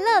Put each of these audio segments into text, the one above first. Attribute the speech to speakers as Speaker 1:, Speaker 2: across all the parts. Speaker 1: 乐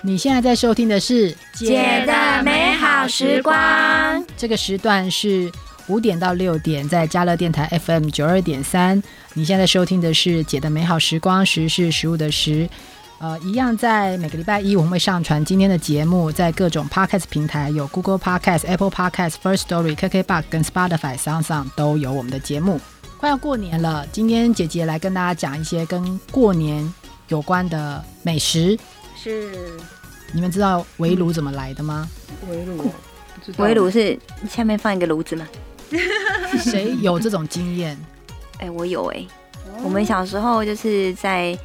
Speaker 2: 你现在在收听的是《
Speaker 3: 姐的美好时光》，
Speaker 2: 这个时段是五点到六点，在嘉乐电台 FM 九二点三。你现在收听的是《姐的美好时光》，时是食物的食。呃，一样在每个礼拜一我们会上传今天的节目，在各种 podcast 平台有 Google Podcast、Apple Podcast、First Story、KKBox 跟 Spotify、s o u n d s o n 都有我们的节目。快要过年了，今天姐姐来跟大家讲一些跟过年有关的美食。
Speaker 3: 是
Speaker 2: 你们知道围炉怎么来的吗？
Speaker 4: 围炉，不知道
Speaker 3: 围炉是下面放一个炉子吗？嗯
Speaker 2: 谁有这种经验？
Speaker 3: 哎、我有哎、
Speaker 2: 哦
Speaker 3: 我们小时候就是在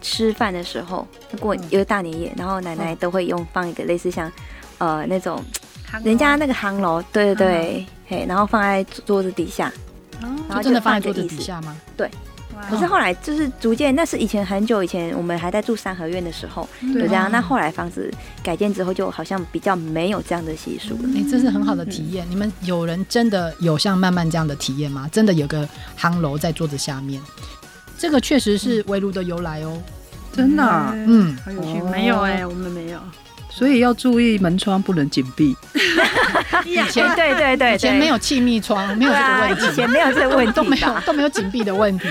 Speaker 3: 吃饭的时候，过
Speaker 2: 嗯
Speaker 3: 因为大年夜，然后奶奶都会用放一个类似像呃那种人家那个行楼，对对对，嘿，然后放在桌子底下。 然
Speaker 2: 嗯哦就
Speaker 3: 后
Speaker 2: 真的
Speaker 3: 就
Speaker 2: 放在
Speaker 3: 放
Speaker 2: 桌
Speaker 3: 一个
Speaker 2: 子
Speaker 3: 意
Speaker 2: 底
Speaker 3: 思
Speaker 2: 下嗯吗？
Speaker 3: 可是后来就是逐渐，那是以前很久以前，我们还在住三合院的时候有
Speaker 2: 对
Speaker 3: 这样。
Speaker 2: 嗯
Speaker 3: 那后来房子改建之后，就好像比较没有这样的习俗了。
Speaker 2: 哎、这是很好的体验。你们有人真的有像慢慢这样的体验吗？真的有个夯楼在桌子下面，这个确实是围炉的由来哦。
Speaker 4: 真的啊，
Speaker 2: 嗯，
Speaker 4: 还
Speaker 5: 有
Speaker 4: 有
Speaker 5: 趣
Speaker 4: 趣，
Speaker 5: 没有哎、我们没有。
Speaker 4: 所以要注意门窗不能紧闭。
Speaker 5: 以
Speaker 2: 前
Speaker 3: 对对对对，
Speaker 2: 以前没有气密窗，没有这
Speaker 3: 对
Speaker 2: 个
Speaker 3: 啊，
Speaker 2: 问
Speaker 3: 以
Speaker 2: 题，
Speaker 3: 前没有这个问题吧，
Speaker 2: 都没有都没有紧闭的问题。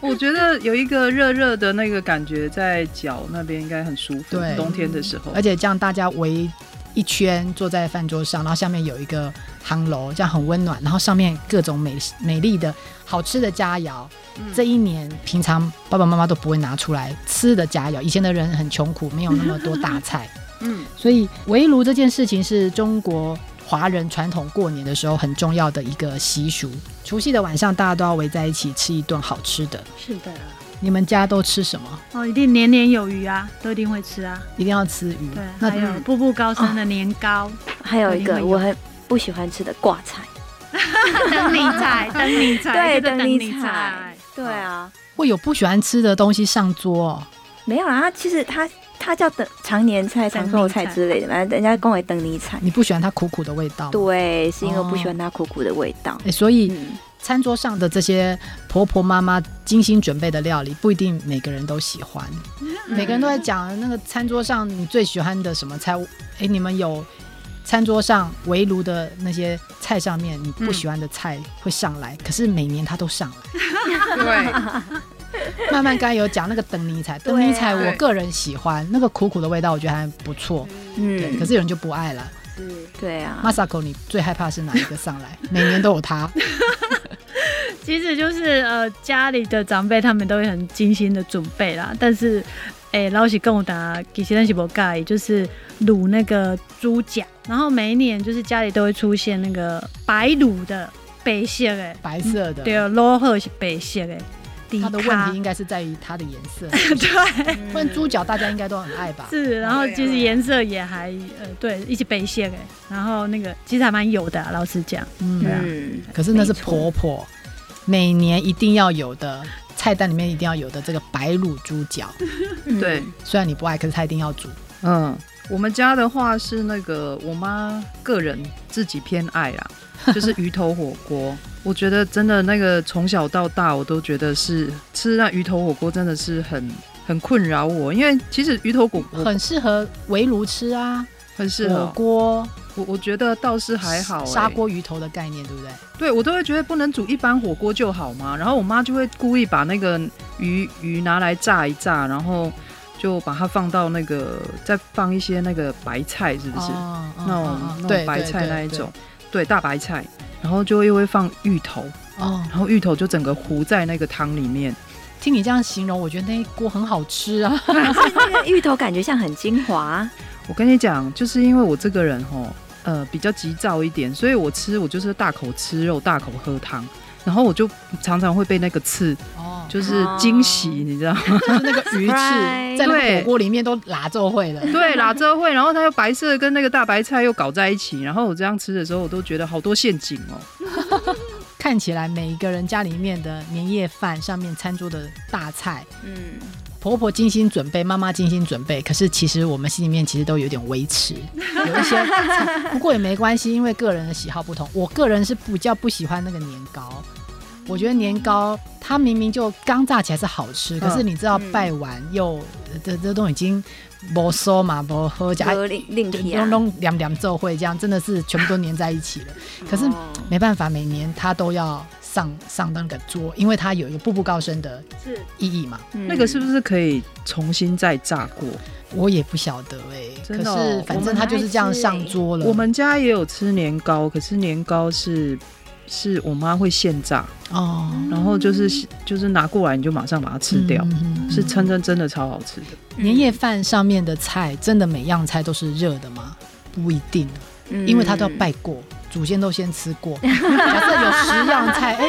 Speaker 4: 我觉得有一个热热的那个感觉在脚那边应该很舒服
Speaker 2: 对，哎
Speaker 4: 冬天的时候
Speaker 2: 而。且这样大家围一圈坐在饭桌上，然后下面有一个夯楼，这样很温暖。然后上面各种美美丽的好吃的佳肴，
Speaker 5: 嗯
Speaker 2: 这一年平常爸爸妈妈都不会拿出来吃的佳肴。以前的人很穷苦，没有那么多大 菜，嗯，所以围炉这件事情是中国。华人传统过年的时候很重要的一个习俗，除夕的晚上大家都要围在一起吃一顿好吃的。
Speaker 5: 是的，
Speaker 2: 你们家都吃什么？
Speaker 5: 哦，一定年年有余啊，都一定会吃啊。
Speaker 2: 一定要吃鱼。
Speaker 5: 对，
Speaker 2: 那
Speaker 5: 还有步步高升的年糕、
Speaker 3: 还有一
Speaker 5: 一定
Speaker 3: 个
Speaker 5: 会有
Speaker 3: 我很不喜欢吃的挂菜。
Speaker 5: 等你 菜、等你菜、
Speaker 3: 对
Speaker 5: 就在
Speaker 3: 等你
Speaker 5: 你
Speaker 3: 菜。对啊，
Speaker 2: 会有不喜欢吃的东西上桌、哦。
Speaker 3: 没有啦，它其实它它叫等常年菜、
Speaker 5: 等
Speaker 3: 长
Speaker 5: 你
Speaker 3: 寿菜
Speaker 5: 菜
Speaker 3: 之类的，反正人家跟我等你菜。
Speaker 2: 你不喜欢它苦苦的味道。
Speaker 3: 对，是因为我不喜欢它苦苦的味道。
Speaker 2: 诶所以
Speaker 3: 嗯，
Speaker 2: 餐桌上的这些婆婆妈妈精心准备的料理，不一定每个人都喜欢。
Speaker 3: 嗯
Speaker 2: 每个人都在讲那个餐桌上你最喜欢的什么菜。哎，你们有餐桌上围炉的那些菜上面你不喜欢的菜会上来，
Speaker 3: 嗯
Speaker 2: 可是每年它都上来。
Speaker 4: 对，
Speaker 2: 慢慢刚才有讲那个等你菜，等你菜
Speaker 4: 对啊
Speaker 2: 我个人喜欢，那个苦苦的味道我觉得还不错。对，可
Speaker 3: 嗯，
Speaker 2: 是有人就不爱了。
Speaker 3: 对啊，
Speaker 2: Masako，你最害怕是哪一个上 来？每年都有它。
Speaker 5: 其实就是呃，家里的长辈他们都会很精心的准备啦，但是。哎、老实跟我打，其实咱是不介意，就是卤那个猪脚，然后每一年就是家里都会出现那个白卤的白色的，
Speaker 2: 白色的。
Speaker 5: 对，
Speaker 4: 哦
Speaker 5: 罗赫是白色的，迪
Speaker 2: 它的问
Speaker 5: 卡
Speaker 2: 题应该是在于它的颜色，
Speaker 5: 对
Speaker 2: 不然猪脚大家应该都很爱 吧？
Speaker 5: 是，然后其实颜色也还呃对，一起白色的，然后那个其实还蛮油的啊、老实讲，对啊
Speaker 2: 嗯，
Speaker 3: 嗯，
Speaker 2: 可是那是
Speaker 3: 没错
Speaker 2: 婆婆每年一定要有的菜单里面一定要有的这个白卤猪脚，
Speaker 3: 嗯
Speaker 4: 对，
Speaker 2: 虽然你不爱，可是她一定要煮。
Speaker 4: 嗯，我们家的话是那个我妈个人自己偏爱 啦，就是鱼头火锅。我觉得真的那个从小到大，我都觉得是吃那鱼头火锅真的是很很困扰我，因为其实鱼头火锅
Speaker 2: 很适合围炉吃啊，
Speaker 4: 很适
Speaker 2: 火
Speaker 4: 合
Speaker 2: 锅、
Speaker 4: 我，我觉得倒是还哦好、欸。
Speaker 2: 砂锅鱼头的概念，对不对？
Speaker 4: 对我都会觉得不能煮一般火锅就好嘛，然后我妈就会故意把那个鱼鱼拿来炸一炸，然后就把它放到那个再放一些那个白菜，是不是？
Speaker 2: 哦
Speaker 4: 那种、那种白菜那一种，，对大白菜，然后就又会放芋头，
Speaker 2: 哦哦哦对对对对哦，
Speaker 4: 然后芋头就整个糊在那个汤里面。
Speaker 2: 听你这样形容，我觉得那一锅很好吃 啊。
Speaker 3: 可是那个芋头感觉像很精华啊，
Speaker 4: 我跟你讲，就是因为我这个人吼，呃，比较急躁一点，所以我吃我就是大口吃肉，大口喝汤。然后我就常常会被那个刺，
Speaker 2: 哦，
Speaker 4: 就是惊喜，你知道吗？
Speaker 2: 就是那个鱼翅
Speaker 3: Surprise
Speaker 2: 在那个
Speaker 4: 对
Speaker 2: 火锅里面都拉皱会 了。
Speaker 4: 对，喇遮会，然后它又白色的跟那个大白菜又搞在一起，然后我这样吃的时候，我都觉得好多陷阱哦。
Speaker 2: 看起来每一个人家里面的年夜饭上面餐桌的大菜，
Speaker 3: 嗯，
Speaker 2: 婆婆精心准备，妈妈精心准备，可是其实我们心里面其实都有点微持，有一些菜，不过也没关系，因为个人的喜好不同。我个人是比较不喜欢那个年糕，我觉得年糕它明明就刚炸起来是好吃，可是你知道
Speaker 3: 嗯
Speaker 2: 拜完又、呃这这都已经没收嘛，没喝加。
Speaker 3: 有另另
Speaker 2: 就
Speaker 3: 题啊
Speaker 2: 弄，弄两两皱会这样，真的是全部都粘在一起了。可是
Speaker 3: 哦
Speaker 2: 没办法，每年他都要上上那个桌，因为他有一个步步高升的
Speaker 5: 是
Speaker 2: 意义嘛。
Speaker 3: 嗯
Speaker 4: 那个是不是可以重新再炸过？
Speaker 2: 我也不晓得哎、可
Speaker 4: 真的哦
Speaker 2: 是反正他就是这样上桌了。
Speaker 4: 我们家也有吃年糕，可是年糕是是我妈会现炸，
Speaker 2: 哦
Speaker 4: 然后就是就是拿过来你就马上把它吃掉，
Speaker 2: 嗯嗯嗯
Speaker 4: 是真真真的超好吃的。
Speaker 2: 年夜饭上面的菜，真的每样菜都是热的吗？不一定，因为他
Speaker 4: 嗯
Speaker 2: 都要拜过。祖先都先吃过， 假设有十样菜，哎、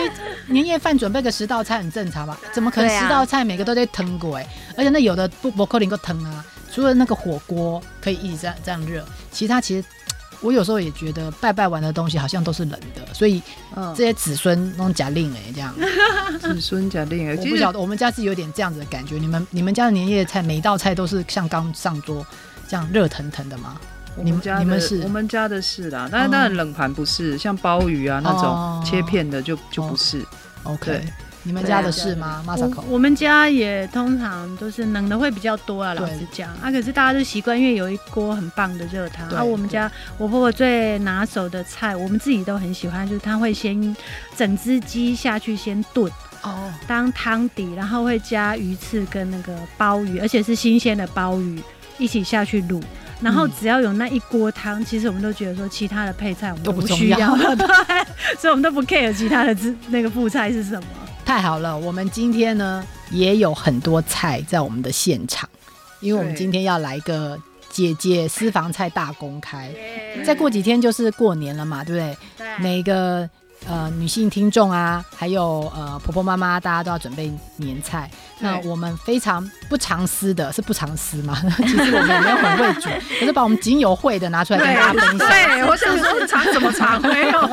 Speaker 2: 年夜饭准备个十道菜很正常吧？怎么可能
Speaker 3: 对啊
Speaker 2: 十道菜每个都在腾过、哎、而且那有的不不扣零够腾啊，除了那个火锅可以一直这样这样热，其他其实我有时候也觉得拜拜完的东西好像都是冷的，所以
Speaker 4: 嗯
Speaker 2: 这，些子孙弄假令哎、这样。
Speaker 4: 子孙家另一
Speaker 2: 我
Speaker 4: 个，
Speaker 2: 不
Speaker 4: 嗯其
Speaker 2: 晓
Speaker 4: 实
Speaker 2: 得，我们家是有点这样子的感觉。你们你们家的年夜菜，每一道菜都是像刚上桌这样热腾腾的吗？
Speaker 4: 我
Speaker 2: 你
Speaker 4: 们
Speaker 2: 们
Speaker 4: 家的
Speaker 2: 你们是
Speaker 4: 我们家的是啦，但
Speaker 2: 哦
Speaker 4: 是当然冷盘不是，像鲍鱼啊那
Speaker 2: 哦
Speaker 4: 种切片的就就不是。
Speaker 2: ？OK，
Speaker 4: 对啊
Speaker 2: 你们家的是吗
Speaker 5: 我
Speaker 2: ？Masako，
Speaker 5: 我们家也通常都是冷的会比较多啊，
Speaker 2: 对
Speaker 5: 老实讲啊，可是大家都习惯，因为有一锅很棒的热汤
Speaker 2: 对
Speaker 5: 啊。我们家我婆婆最拿手的菜，我们自己都很喜欢，就是她会先整只鸡下去先炖
Speaker 2: 哦，
Speaker 5: 当汤底，然后会加鱼翅跟那个鲍鱼，而且是新鲜的鲍鱼一起下去卤。然后
Speaker 2: 嗯
Speaker 5: 只要有那一锅汤，其实我们都觉得说其他的配菜我们
Speaker 2: 都
Speaker 5: 都
Speaker 2: 不
Speaker 5: 不
Speaker 2: 重
Speaker 5: 需
Speaker 2: 要
Speaker 5: 要了，对， 所以我们都不 care 其他的之那个副菜是什么。
Speaker 2: 太好了！我们今天呢也有很多菜在我们的现场，因为我们
Speaker 4: 对
Speaker 2: 今天要来一个姐姐私房菜大公开。再过几天就是过年了嘛，对不对？
Speaker 5: 对
Speaker 2: 每个呃女性听众啊，还有呃婆婆妈妈，大家都要准备年菜。那我们非常不藏私的，是不藏私嘛？ 其实我们也没有很会煮，可是把我们仅有会的拿出来跟大家分享。
Speaker 4: 对，我想说尝怎么尝没
Speaker 2: 哦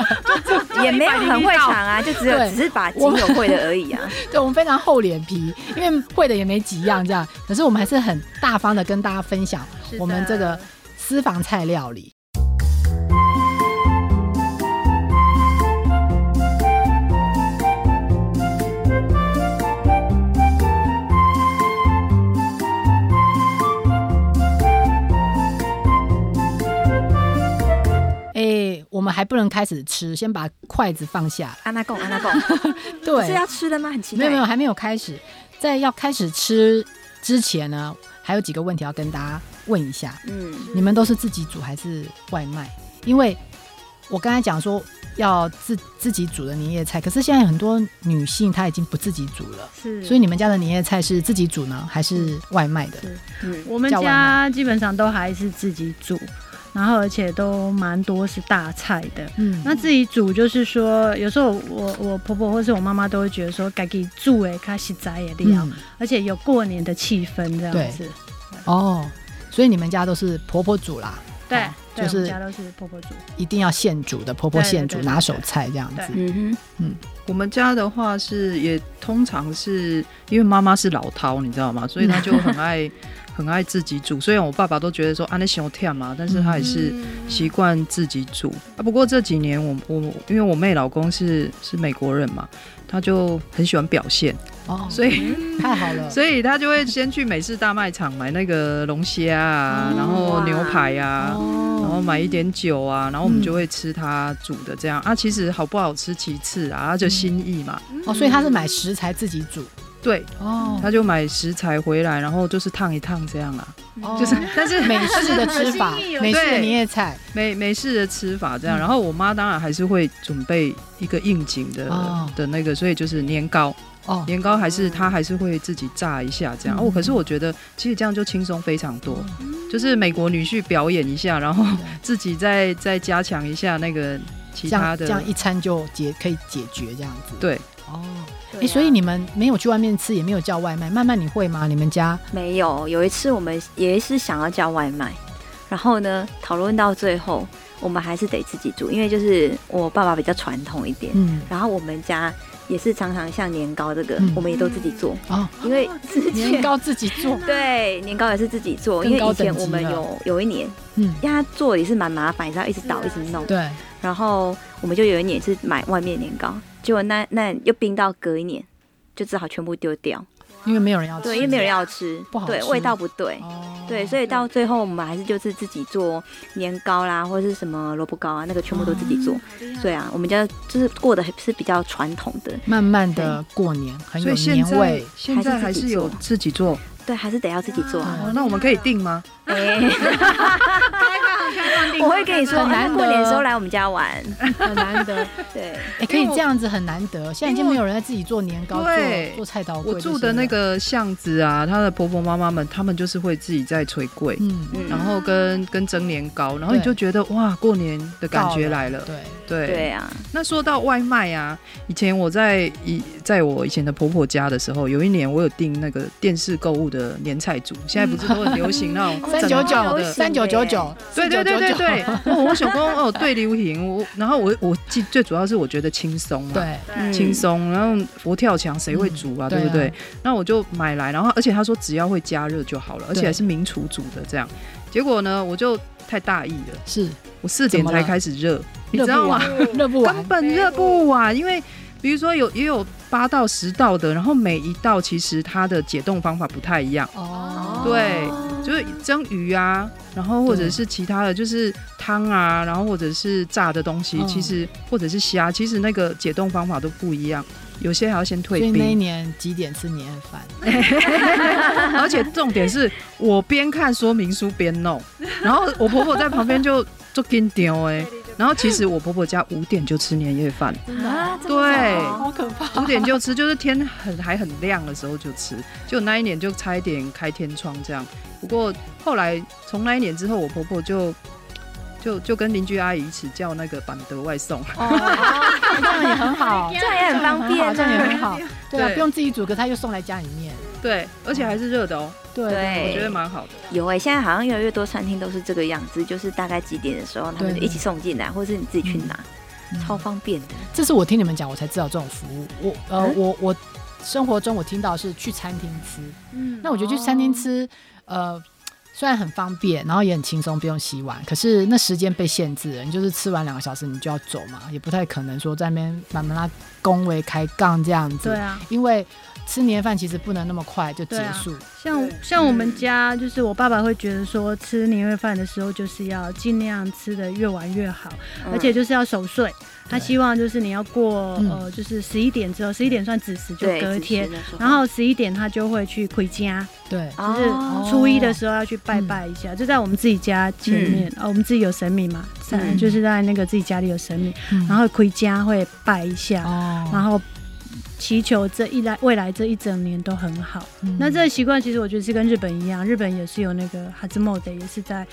Speaker 4: 有，
Speaker 3: 嗯也没有很会尝啊，就只有
Speaker 2: 对
Speaker 3: 只是把仅有会的而已啊。
Speaker 2: 对，我们非常厚脸皮，因为会的也没几样这样，可是我们还是很大方的跟大家分享
Speaker 5: 是的
Speaker 2: 我们这个私房菜料理。哎，我们还不能开始吃，先把筷子放下。
Speaker 3: 安娜贡，安娜贡，
Speaker 2: 对，
Speaker 3: 是要吃的吗？很期
Speaker 2: 没
Speaker 3: 待。
Speaker 2: 有没有，还没有开始。在要开始吃之前呢，还有几个问题要跟大家问一下：
Speaker 3: 嗯，
Speaker 2: 你们都是自己煮还是外卖？因为我刚才讲说要自自己煮的年夜菜，可是现在很多女性她已经不自己煮了，
Speaker 5: 是，
Speaker 2: 所以你们家的年夜菜是自己煮呢，还是外卖的？
Speaker 3: 嗯，
Speaker 5: 我们
Speaker 2: 叫外
Speaker 5: 家基本上都还是自己煮，然后而且都蛮多是大菜的。
Speaker 2: 嗯，
Speaker 5: 那自己煮就是说，有时候我我婆婆或是我妈妈都会觉得说，自己煮哎，开始宅也料，
Speaker 2: 嗯
Speaker 5: 而且有过年的气氛这样子。
Speaker 2: 哦，所以你们家都是婆婆煮啦，
Speaker 5: 对
Speaker 2: 哦，
Speaker 5: 对，
Speaker 2: 就是
Speaker 5: 我们家都是婆婆煮。
Speaker 2: 一定要现煮的，婆婆
Speaker 5: 对对
Speaker 2: 现
Speaker 5: 对
Speaker 2: 煮
Speaker 5: 对
Speaker 2: 拿
Speaker 5: 对
Speaker 2: 手菜这样
Speaker 5: 对
Speaker 2: 子。
Speaker 3: 嗯
Speaker 4: 我们家的话是也通常是因为妈妈是老饕，你知道吗？所以她就很爱 很爱自己煮。虽然我爸爸都觉得说啊，那熊跳嘛，但是他也是
Speaker 2: 嗯
Speaker 4: 习惯自己煮、啊。不过这几年我我因为我妹老公是是美国人嘛，他就很喜欢表现，
Speaker 2: 哦，
Speaker 4: 所以
Speaker 2: 太好了。
Speaker 4: 所以他就会先去美式大卖场买那个龙虾啊，
Speaker 2: 哦
Speaker 4: 然后牛排啊。
Speaker 2: 哦
Speaker 4: 然后买一点酒啊，然后我
Speaker 2: 嗯
Speaker 4: 们就会吃他煮的这样、啊。其实好不好吃其次啊，他
Speaker 2: 嗯
Speaker 4: 就心意嘛。
Speaker 2: 哦，所以他是买食材自己煮
Speaker 4: 对，
Speaker 2: 哦，
Speaker 4: 他就买食材回来，然后就是烫一烫这样啊，
Speaker 2: 哦
Speaker 4: 就是但是
Speaker 2: 美式的吃法
Speaker 5: 有心意，有
Speaker 2: 美式的
Speaker 4: 对
Speaker 2: 年夜菜
Speaker 4: 美美式的吃法这样。
Speaker 2: 嗯
Speaker 4: 然后我妈当然还是会准备一个应景的、
Speaker 2: 哦
Speaker 4: 的那个，所以就是年糕，
Speaker 2: 哦，
Speaker 4: 年糕还是她还是会自己炸一下这样。
Speaker 2: 嗯
Speaker 4: 哦，可是我觉得其实这样就轻松非常多，
Speaker 2: 嗯
Speaker 4: 就是美国女婿表演一下，然后自己再再加强一下那个。其
Speaker 2: 这
Speaker 4: 他
Speaker 2: 样
Speaker 4: 的
Speaker 2: 这样一餐就解可以解决这样子。
Speaker 4: 对
Speaker 2: 哦，哎、
Speaker 3: 对啊
Speaker 2: 所以你们没有去外面吃，也没有叫外卖，慢慢你会吗？你们家
Speaker 3: 没有，有一次我们也是想要叫外卖，然后呢，讨论到最后，我们还是得自己煮，因为就是我爸爸比较传统一点，
Speaker 2: 嗯
Speaker 3: 然后我们家也是常常像年糕这个，
Speaker 2: 嗯
Speaker 3: 我们也都自己做，
Speaker 2: 哦，
Speaker 3: 因为之
Speaker 2: 年
Speaker 3: 前。
Speaker 2: 糕自己做，
Speaker 3: 对，年糕也是自己做，因
Speaker 2: 更
Speaker 3: 为
Speaker 2: 高
Speaker 3: 以
Speaker 2: 等级
Speaker 3: 前我们
Speaker 2: 了
Speaker 3: 有有一年，
Speaker 2: 嗯，
Speaker 3: 因为他做也是蛮麻烦，你知道一直倒
Speaker 5: 是
Speaker 3: 一
Speaker 5: 啊
Speaker 3: 直弄，
Speaker 2: 对，
Speaker 3: 然后我们就有一年是买外面年糕，结果那那又冰到隔一年，就只好全部丢掉，
Speaker 2: 因为没有人要吃，
Speaker 3: 对，因为没有人要吃
Speaker 2: 不好，
Speaker 3: 对，
Speaker 2: 吃
Speaker 3: 味道不对，
Speaker 2: 哦，
Speaker 3: 对，所以到最后我们还是就是自己做年糕啦，或者是什么萝卜糕啊，那个全部都自己做。对啊，我们家就是过的是比较传统的，
Speaker 2: 慢慢的过年很
Speaker 4: 所
Speaker 2: 有
Speaker 4: 以现
Speaker 2: 年
Speaker 4: 在
Speaker 2: 味，
Speaker 4: 现在还
Speaker 3: 还是自
Speaker 4: 是
Speaker 3: 己做
Speaker 4: 有自己做。
Speaker 3: 对，还是得要自己
Speaker 2: 嗯
Speaker 3: 做啊。
Speaker 4: 哦，那我们可以定吗？
Speaker 3: 哎， 我会跟你说，
Speaker 2: 很难
Speaker 3: 哎过年的时
Speaker 2: 得
Speaker 3: 候来我们家玩。
Speaker 2: 很难得，
Speaker 3: 对，
Speaker 2: 哎、可以这样子很难得，现在已经没有人在自己做年糕，
Speaker 4: 对
Speaker 2: 做做菜刀，
Speaker 4: 我住的那，个巷子啊，她的婆婆妈妈们，她们就是会自己在捶柜，
Speaker 2: 嗯，
Speaker 3: 嗯，
Speaker 4: 然后跟跟蒸年糕，然后你
Speaker 2: 对
Speaker 4: 就觉得哇，过年的感觉
Speaker 2: 到
Speaker 4: 来了。
Speaker 2: 对，
Speaker 4: 对
Speaker 3: 对啊，
Speaker 4: 那说到外卖啊，以前我在以在我以前的婆婆家的时候，有一年我有订那个电视购物的年菜组，现在不是都很流行那种
Speaker 2: 嗯 三
Speaker 4: 整
Speaker 2: 九
Speaker 4: 套
Speaker 2: 九，
Speaker 4: 的。
Speaker 2: 三九九九，
Speaker 4: 对对对对对，
Speaker 2: 4999
Speaker 4: 哦，我想说哦，对流行，我然后我我记最主要是我觉得轻松啊嘛，
Speaker 2: 对，
Speaker 3: 嗯
Speaker 4: 轻松，然后佛跳墙谁会煮啊，
Speaker 2: 嗯
Speaker 4: 对不
Speaker 2: 对
Speaker 4: 对
Speaker 2: 啊？
Speaker 4: 那我就买来，然后而且他说只要会加热就好了，而且还是名厨煮的这样。结果呢，我就太大意了，
Speaker 2: 是
Speaker 4: 我四点
Speaker 2: 怎么
Speaker 4: 才
Speaker 2: 了
Speaker 4: 开始热，你
Speaker 2: 热
Speaker 4: 知道
Speaker 2: 不
Speaker 4: 吗？
Speaker 2: 完，热不
Speaker 4: 根
Speaker 2: 完，
Speaker 4: 本热不完，因为比如说有也有八到十道的，然后每一道其实它的解冻方法不太一样，
Speaker 2: 哦，
Speaker 4: 对，就是蒸鱼啊，然后或者是其他的就是汤啊，然后或者是炸的东西，
Speaker 2: 嗯
Speaker 4: 其实或者是虾，其实那个解冻方法都不一样，有些还要先
Speaker 2: 所以
Speaker 4: 退
Speaker 2: 那一
Speaker 4: 冰，
Speaker 2: 年几点吃年夜饭？
Speaker 4: 而且重点是我边看说明书边弄，然后我婆婆在旁边就就跟丢 哎，然后其实我婆婆家五点就吃年夜饭，
Speaker 3: 啊，这么
Speaker 4: 对
Speaker 3: 早哦
Speaker 2: 好可怕！
Speaker 4: 五点就吃，就是天很还很亮的时候就吃，就那一年就差一点开天窗这样。不过后来从那一年之后，我婆婆就就就跟邻居阿姨一起叫那个板德外送，
Speaker 2: 这样也很好，
Speaker 3: 这样也很方便啊，
Speaker 2: 这样也很好，对啊，
Speaker 4: 对
Speaker 2: 不用自己煮，可他又送来家里面，
Speaker 4: 对，而且还是热的哦，
Speaker 2: 对
Speaker 3: 对
Speaker 4: 我觉得蛮好的。
Speaker 3: 有哎、现在好像越来越多餐厅都是这个样子，就是大概几点的时候，他们就一起送进来，或是你自己去拿，
Speaker 4: 嗯
Speaker 3: 超方便的。
Speaker 2: 这是我听你们讲，我才知道这种服务。我呃，
Speaker 3: 嗯
Speaker 2: 我我生活中我听到是去餐厅吃，
Speaker 5: 嗯
Speaker 2: 那我觉得去餐厅吃，呃，虽然很方便，然后也很轻松，不用洗碗，可是那时间被限制了，你就是吃完两个小时你就要走嘛，也不太可能说在那边慢慢拉恭维开杠这样子，
Speaker 5: 对啊，
Speaker 2: 因为吃年夜饭其实不能那么快就结束，
Speaker 5: 像像我们家，就是我爸爸会觉得说，吃年夜饭的时候就是要尽量吃的越晚越好，而且就是要守岁。他希望就是你要过
Speaker 2: 嗯
Speaker 5: 呃，就是十一点之后，十一点算子时，就
Speaker 3: 对，
Speaker 5: 隔
Speaker 3: 只是
Speaker 5: 天。
Speaker 3: 那时候
Speaker 5: 然后十一点他就会去回家，
Speaker 2: 对，
Speaker 5: 就是
Speaker 3: 哦
Speaker 5: 初一的时候要去拜拜一下，就在我们自己家前面，哦，我们自己有神明嘛，在
Speaker 3: 嗯
Speaker 5: 就是在那个自己家里有神明，
Speaker 3: 啊
Speaker 2: 嗯
Speaker 5: 然后回家会拜一下，
Speaker 2: 哦，
Speaker 5: 然后祈求这一来未来这一整年都很好。
Speaker 2: 嗯
Speaker 5: 那这个习惯其实我觉得是跟日本一样，日本也是有那个哈兹莫德，也是在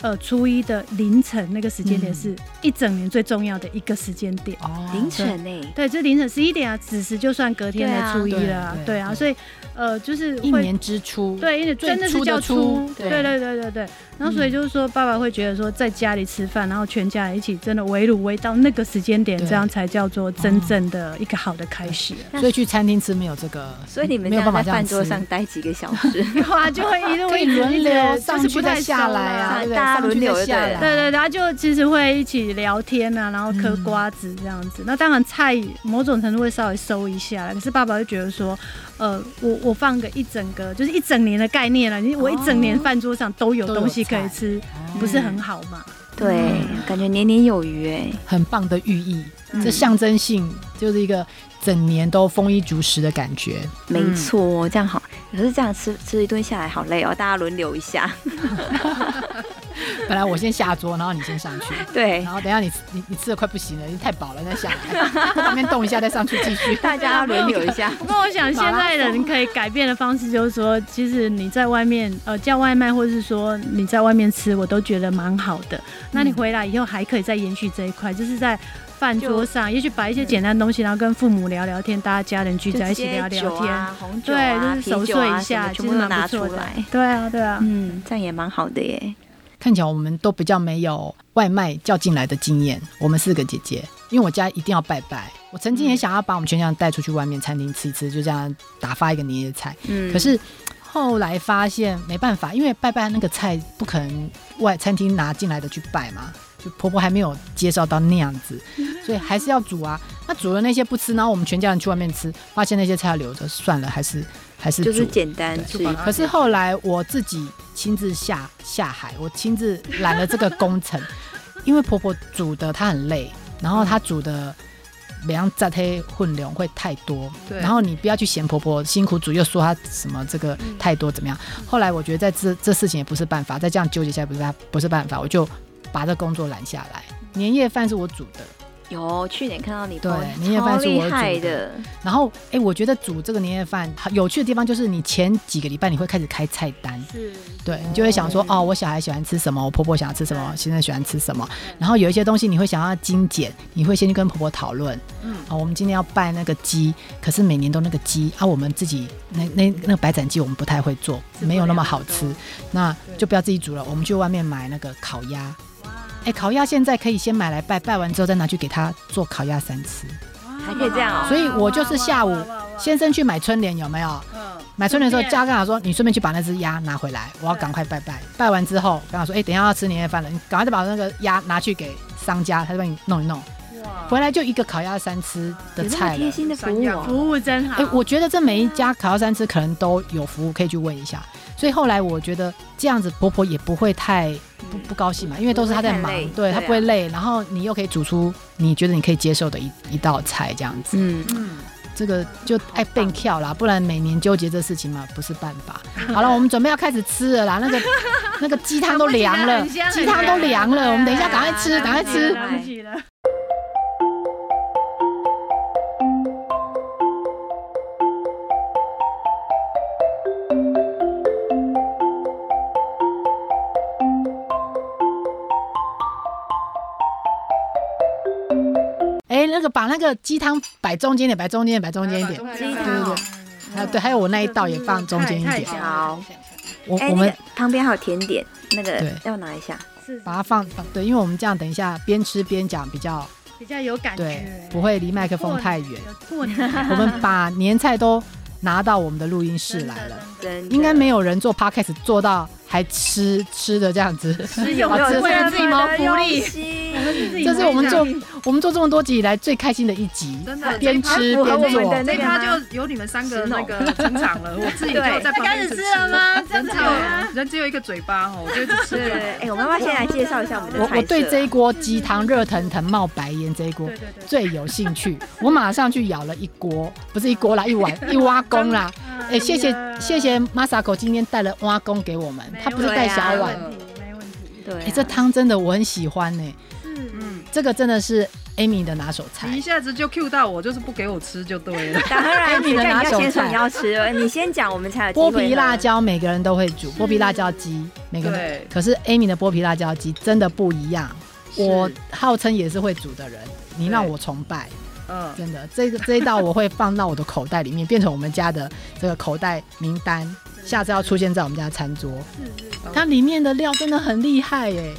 Speaker 5: 呃初一的凌晨那个时间点，
Speaker 2: 嗯
Speaker 5: 是一整年最重要的一个时间点。
Speaker 2: 哦
Speaker 3: 凌晨呢、欸，
Speaker 5: 对，就凌晨十一点啊，子时就算隔天
Speaker 3: 对
Speaker 5: 的
Speaker 3: 啊
Speaker 5: 初一了啊，
Speaker 2: 对对
Speaker 5: 对啊，
Speaker 2: 对
Speaker 5: 所以呃就是
Speaker 2: 一
Speaker 5: 会
Speaker 2: 年之初，
Speaker 5: 对，因为
Speaker 2: 最
Speaker 5: 真的
Speaker 2: 初
Speaker 5: 是
Speaker 2: 的
Speaker 5: 叫
Speaker 2: 初嗯
Speaker 5: 初，
Speaker 2: 对
Speaker 5: 对对对对对。然后所以就是说，爸爸会觉得说，在家里吃饭，然后全家人一起真的围炉围到那个时间点，
Speaker 2: 对
Speaker 5: 这样才叫做真正的一个好的开始。
Speaker 2: 所以去餐厅吃没有这个，
Speaker 3: 啊所以你们
Speaker 2: 没
Speaker 3: 这
Speaker 2: 有办
Speaker 3: 样
Speaker 2: 法
Speaker 3: 在
Speaker 2: 这样
Speaker 3: 饭
Speaker 2: 吃
Speaker 3: 桌上待几个小时，
Speaker 5: 哇，啊就会一路
Speaker 2: 可以
Speaker 5: 一直
Speaker 2: 轮
Speaker 5: 一直
Speaker 2: 流
Speaker 5: 就
Speaker 2: 上
Speaker 5: 是
Speaker 2: 去
Speaker 5: 不
Speaker 2: 再
Speaker 5: 太
Speaker 2: 下
Speaker 5: 熟
Speaker 2: 来啊，
Speaker 5: 啦
Speaker 2: 对不对？
Speaker 3: 大家
Speaker 2: 上去
Speaker 3: 轮流
Speaker 2: 再
Speaker 3: 就
Speaker 2: 下
Speaker 3: 对
Speaker 2: 来，
Speaker 3: 了
Speaker 5: 对对对，他就其实会一起聊天啊，然后嗑
Speaker 2: 嗯
Speaker 5: 瓜子这样子。那当然菜某种程度会稍微收一下，可是爸爸就觉得说，呃，我我放个一整个就是一整年的概念了，你我一整年饭桌上都有
Speaker 2: 都有
Speaker 5: 东西
Speaker 2: 菜
Speaker 5: 可以吃，
Speaker 2: 哦
Speaker 5: 不是很好嘛？
Speaker 3: 对，感觉年年有余哎、
Speaker 2: 很棒的寓意，
Speaker 3: 嗯
Speaker 2: 这象征性就是一个整年都丰衣足食的感觉。
Speaker 3: 没错，这样好。可是这样吃吃一顿下来好累哦，大家轮流一下。
Speaker 2: 本来我先下桌，然后你先上去，
Speaker 3: 对
Speaker 2: 然，后等一下你你你吃的快不行了，你太饱了再下来，旁边动一下再上去继续。
Speaker 3: 大家要轮流一下。
Speaker 5: 不 过我想现在人可以改变的方式就是说，其实你在外面呃叫外卖，或是说你在外面吃，我都觉得蛮好的。那你回来以后还可以再延续这一块，就是在饭桌上，也许摆一些简单东西，然后跟父母聊聊天，大家家人聚在一起聊
Speaker 3: 就直接
Speaker 5: 聊
Speaker 3: 酒
Speaker 5: 天，
Speaker 3: 啊，红酒啊，
Speaker 5: 对，就是
Speaker 3: 啤
Speaker 5: 熟
Speaker 3: 酒
Speaker 5: 睡
Speaker 3: 啊
Speaker 5: 一
Speaker 3: 什
Speaker 5: 下，
Speaker 3: 么
Speaker 5: 其
Speaker 3: 全部
Speaker 5: 实
Speaker 3: 都
Speaker 5: 蛮
Speaker 3: 拿
Speaker 5: 不
Speaker 3: 出
Speaker 5: 错的
Speaker 3: 来。
Speaker 5: 对啊，对啊，
Speaker 3: 嗯，这样也蛮好的耶。
Speaker 2: 看起来我们都比较没有外卖叫进来的经验。我们四个姐姐，因为我家一定要拜拜，我曾经也想要把我们全家人带出去外面餐厅吃一吃，就这样打发一个年夜菜。
Speaker 3: 嗯，
Speaker 2: 可是后来发现没办法，因为拜拜那个菜不可能外餐厅拿进来的去拜嘛，就婆婆还没有介绍到那样子，
Speaker 3: 嗯
Speaker 2: 所以还是要煮啊。那煮了那些不吃，然后我们全家人去外面吃，发现那些菜要留着，算了，还是还是煮。
Speaker 3: 就是简单吃
Speaker 4: 就把
Speaker 3: 一
Speaker 4: 它
Speaker 2: 可是后来我自己亲自下下海，我亲自揽了这个工程， 因为婆婆煮的她很累，然后她煮的每样杂黑混量会太多，
Speaker 4: 对
Speaker 2: 然后你不要去嫌婆婆辛苦煮，又说她什么这个太多怎么样。后来我觉得在这这事情也不是办法，再这样纠结下来不是办不是办法，我就把这工作揽下来。年夜饭是我煮的，
Speaker 3: 有去年看到你
Speaker 2: 对
Speaker 3: po，
Speaker 2: 年夜饭
Speaker 3: 超
Speaker 2: 是我
Speaker 3: 厉
Speaker 2: 煮
Speaker 3: 害
Speaker 2: 的
Speaker 3: 的，
Speaker 2: 然后哎，我觉得煮这个年夜饭有趣的地方就是你前几个礼拜你会开始开菜单，
Speaker 5: 是
Speaker 2: 对你就会想说，哦，我小孩喜欢吃什么，我婆婆想要吃什么，先生喜欢吃什么。然后有一些东西你会想要精简，你会先去跟婆婆讨论。嗯，哦，我们今天要拜那个鸡，可是每年都那个鸡啊，我们自己那那那个白斩鸡我们不太会做，没有那么好吃，那就不要自己煮了，我们去外面买那个烤鸭。哎，烤鸭现在可以先买来拜，拜完之后再拿去给他做烤鸭三吃。
Speaker 3: 还可以这样哦。
Speaker 2: 所以我就是下午先生去买春联，有没有？买春联的时候，家跟他说：“你顺便去把那只鸭拿回来，我要赶快拜拜。拜完之后，跟他说：‘哎、等一下要吃年夜饭了，你赶快再把那个鸭拿去给商家，他就帮你弄一弄。’回来就一个烤鸭三吃的
Speaker 3: 有那
Speaker 2: 菜
Speaker 3: 么
Speaker 2: 了
Speaker 3: 贴。心的服务
Speaker 4: 三
Speaker 3: 哦，
Speaker 5: 服务真好。
Speaker 2: 哎、我觉得这每一家烤鸭三吃可能都有服务，可以去问一下。所以后来我觉得这样子婆婆也不会太不不高兴嘛，因为都是她在
Speaker 3: 嗯不
Speaker 2: 忙
Speaker 3: 会太累，
Speaker 2: 对她
Speaker 3: 对啊
Speaker 2: 不会累，然后你又可以煮出你觉得你可以接受的一一道菜这样子。
Speaker 3: 嗯，
Speaker 4: 嗯，
Speaker 2: 这个就爱变跳啦，不然每年纠结这事情嘛，不是办法。 好了，我们准备要开始吃了啦，那个 那个鸡汤都凉了
Speaker 5: 很香，
Speaker 2: 鸡汤都凉了，我们等一下赶快
Speaker 3: 对
Speaker 2: 吃，
Speaker 3: 啊
Speaker 2: 赶快吃。
Speaker 5: 来不及了。
Speaker 2: 哎，那个把那个鸡汤摆中间一点，摆中间一点，摆中间一
Speaker 4: 把
Speaker 2: 点。
Speaker 4: 中
Speaker 3: 鸡
Speaker 4: 间
Speaker 3: 汤哦，
Speaker 2: 还有对，还有我那一道也放中间一
Speaker 4: 太
Speaker 2: 点。
Speaker 4: 太
Speaker 3: 好。
Speaker 2: 我
Speaker 3: 哎，
Speaker 2: 我
Speaker 3: 那
Speaker 2: 们
Speaker 3: 个旁边还有甜点，那个
Speaker 2: 对
Speaker 3: 要拿一下。
Speaker 5: 是
Speaker 2: 把它放对，因为我们这样等一下边吃边讲比较
Speaker 5: 比较有感
Speaker 2: 对
Speaker 5: 觉，，
Speaker 2: 不会离麦克风太远。
Speaker 5: 有过年感
Speaker 2: 我们把年菜都拿到我们的录音室
Speaker 5: 真的
Speaker 2: 来了。
Speaker 3: 真的
Speaker 2: 应该没有人做 podcast 做到还吃吃的这样子。
Speaker 5: 真的有
Speaker 2: 好
Speaker 5: 没
Speaker 2: 吃
Speaker 5: 有为了自己谋福利？
Speaker 3: 利
Speaker 5: 我们是自己
Speaker 2: 这是我们
Speaker 5: 谋
Speaker 2: 做
Speaker 5: 福利
Speaker 2: 我们做这么多集以来最开心的一集，
Speaker 4: 真的
Speaker 2: 边
Speaker 4: 这一趴
Speaker 2: 吃
Speaker 3: 符
Speaker 2: 边
Speaker 3: 合我们
Speaker 2: 做
Speaker 3: 的。
Speaker 4: 这
Speaker 3: 那
Speaker 4: 一
Speaker 3: 个
Speaker 4: 趴
Speaker 3: 吗
Speaker 4: 就有你们三个那个成长了，我自己就
Speaker 3: 对
Speaker 4: 在旁边
Speaker 5: 开
Speaker 4: 一
Speaker 5: 始
Speaker 4: 直
Speaker 5: 吃
Speaker 4: 吃
Speaker 5: 了？吗？真
Speaker 4: 人
Speaker 5: 的
Speaker 4: 只
Speaker 5: 吗？
Speaker 4: 有人只有一个嘴巴哦，我就一直吃
Speaker 3: 对，
Speaker 4: 掉。
Speaker 3: 哎，我妈妈先来介绍一下我们的
Speaker 2: 我
Speaker 3: 菜啊色。
Speaker 2: 我对这一锅鸡汤热腾腾冒白烟这一锅
Speaker 5: 对对对
Speaker 2: 最有兴趣，我马上去舀了一锅，不是一锅啦，一碗一挖公啦。哎、谢谢谢谢 Masako 今天带了挖公给我们，他不是带小
Speaker 3: 没
Speaker 2: 碗。
Speaker 5: 没问题，没问题。
Speaker 3: 对啊，
Speaker 2: 哎、这汤真的我很喜欢呢、
Speaker 5: 嗯，
Speaker 4: 嗯，
Speaker 2: 这个真的是 Amy 的拿手菜
Speaker 4: 你一。下子就 Q 到我，就是不给我吃就对了。
Speaker 3: 当然，
Speaker 2: 你的拿手
Speaker 3: 要先说
Speaker 2: 菜
Speaker 3: 你要吃了，你先讲，我们才有机
Speaker 2: 剥
Speaker 3: 会
Speaker 2: 皮
Speaker 3: 喝
Speaker 2: 辣。椒每个人都会煮，剥皮辣椒鸡每个人
Speaker 4: 对
Speaker 2: 都。可是 Amy 的剥皮辣椒鸡真的不一样，
Speaker 4: 是
Speaker 2: 我号称也是会煮的人，你让我崇拜，
Speaker 4: 嗯，
Speaker 2: 真的，这个这一道我会放到我的口袋里面，变成我们家的这个口袋名单，下次要出现在我们家的餐桌。它里面的料真的很厉害耶，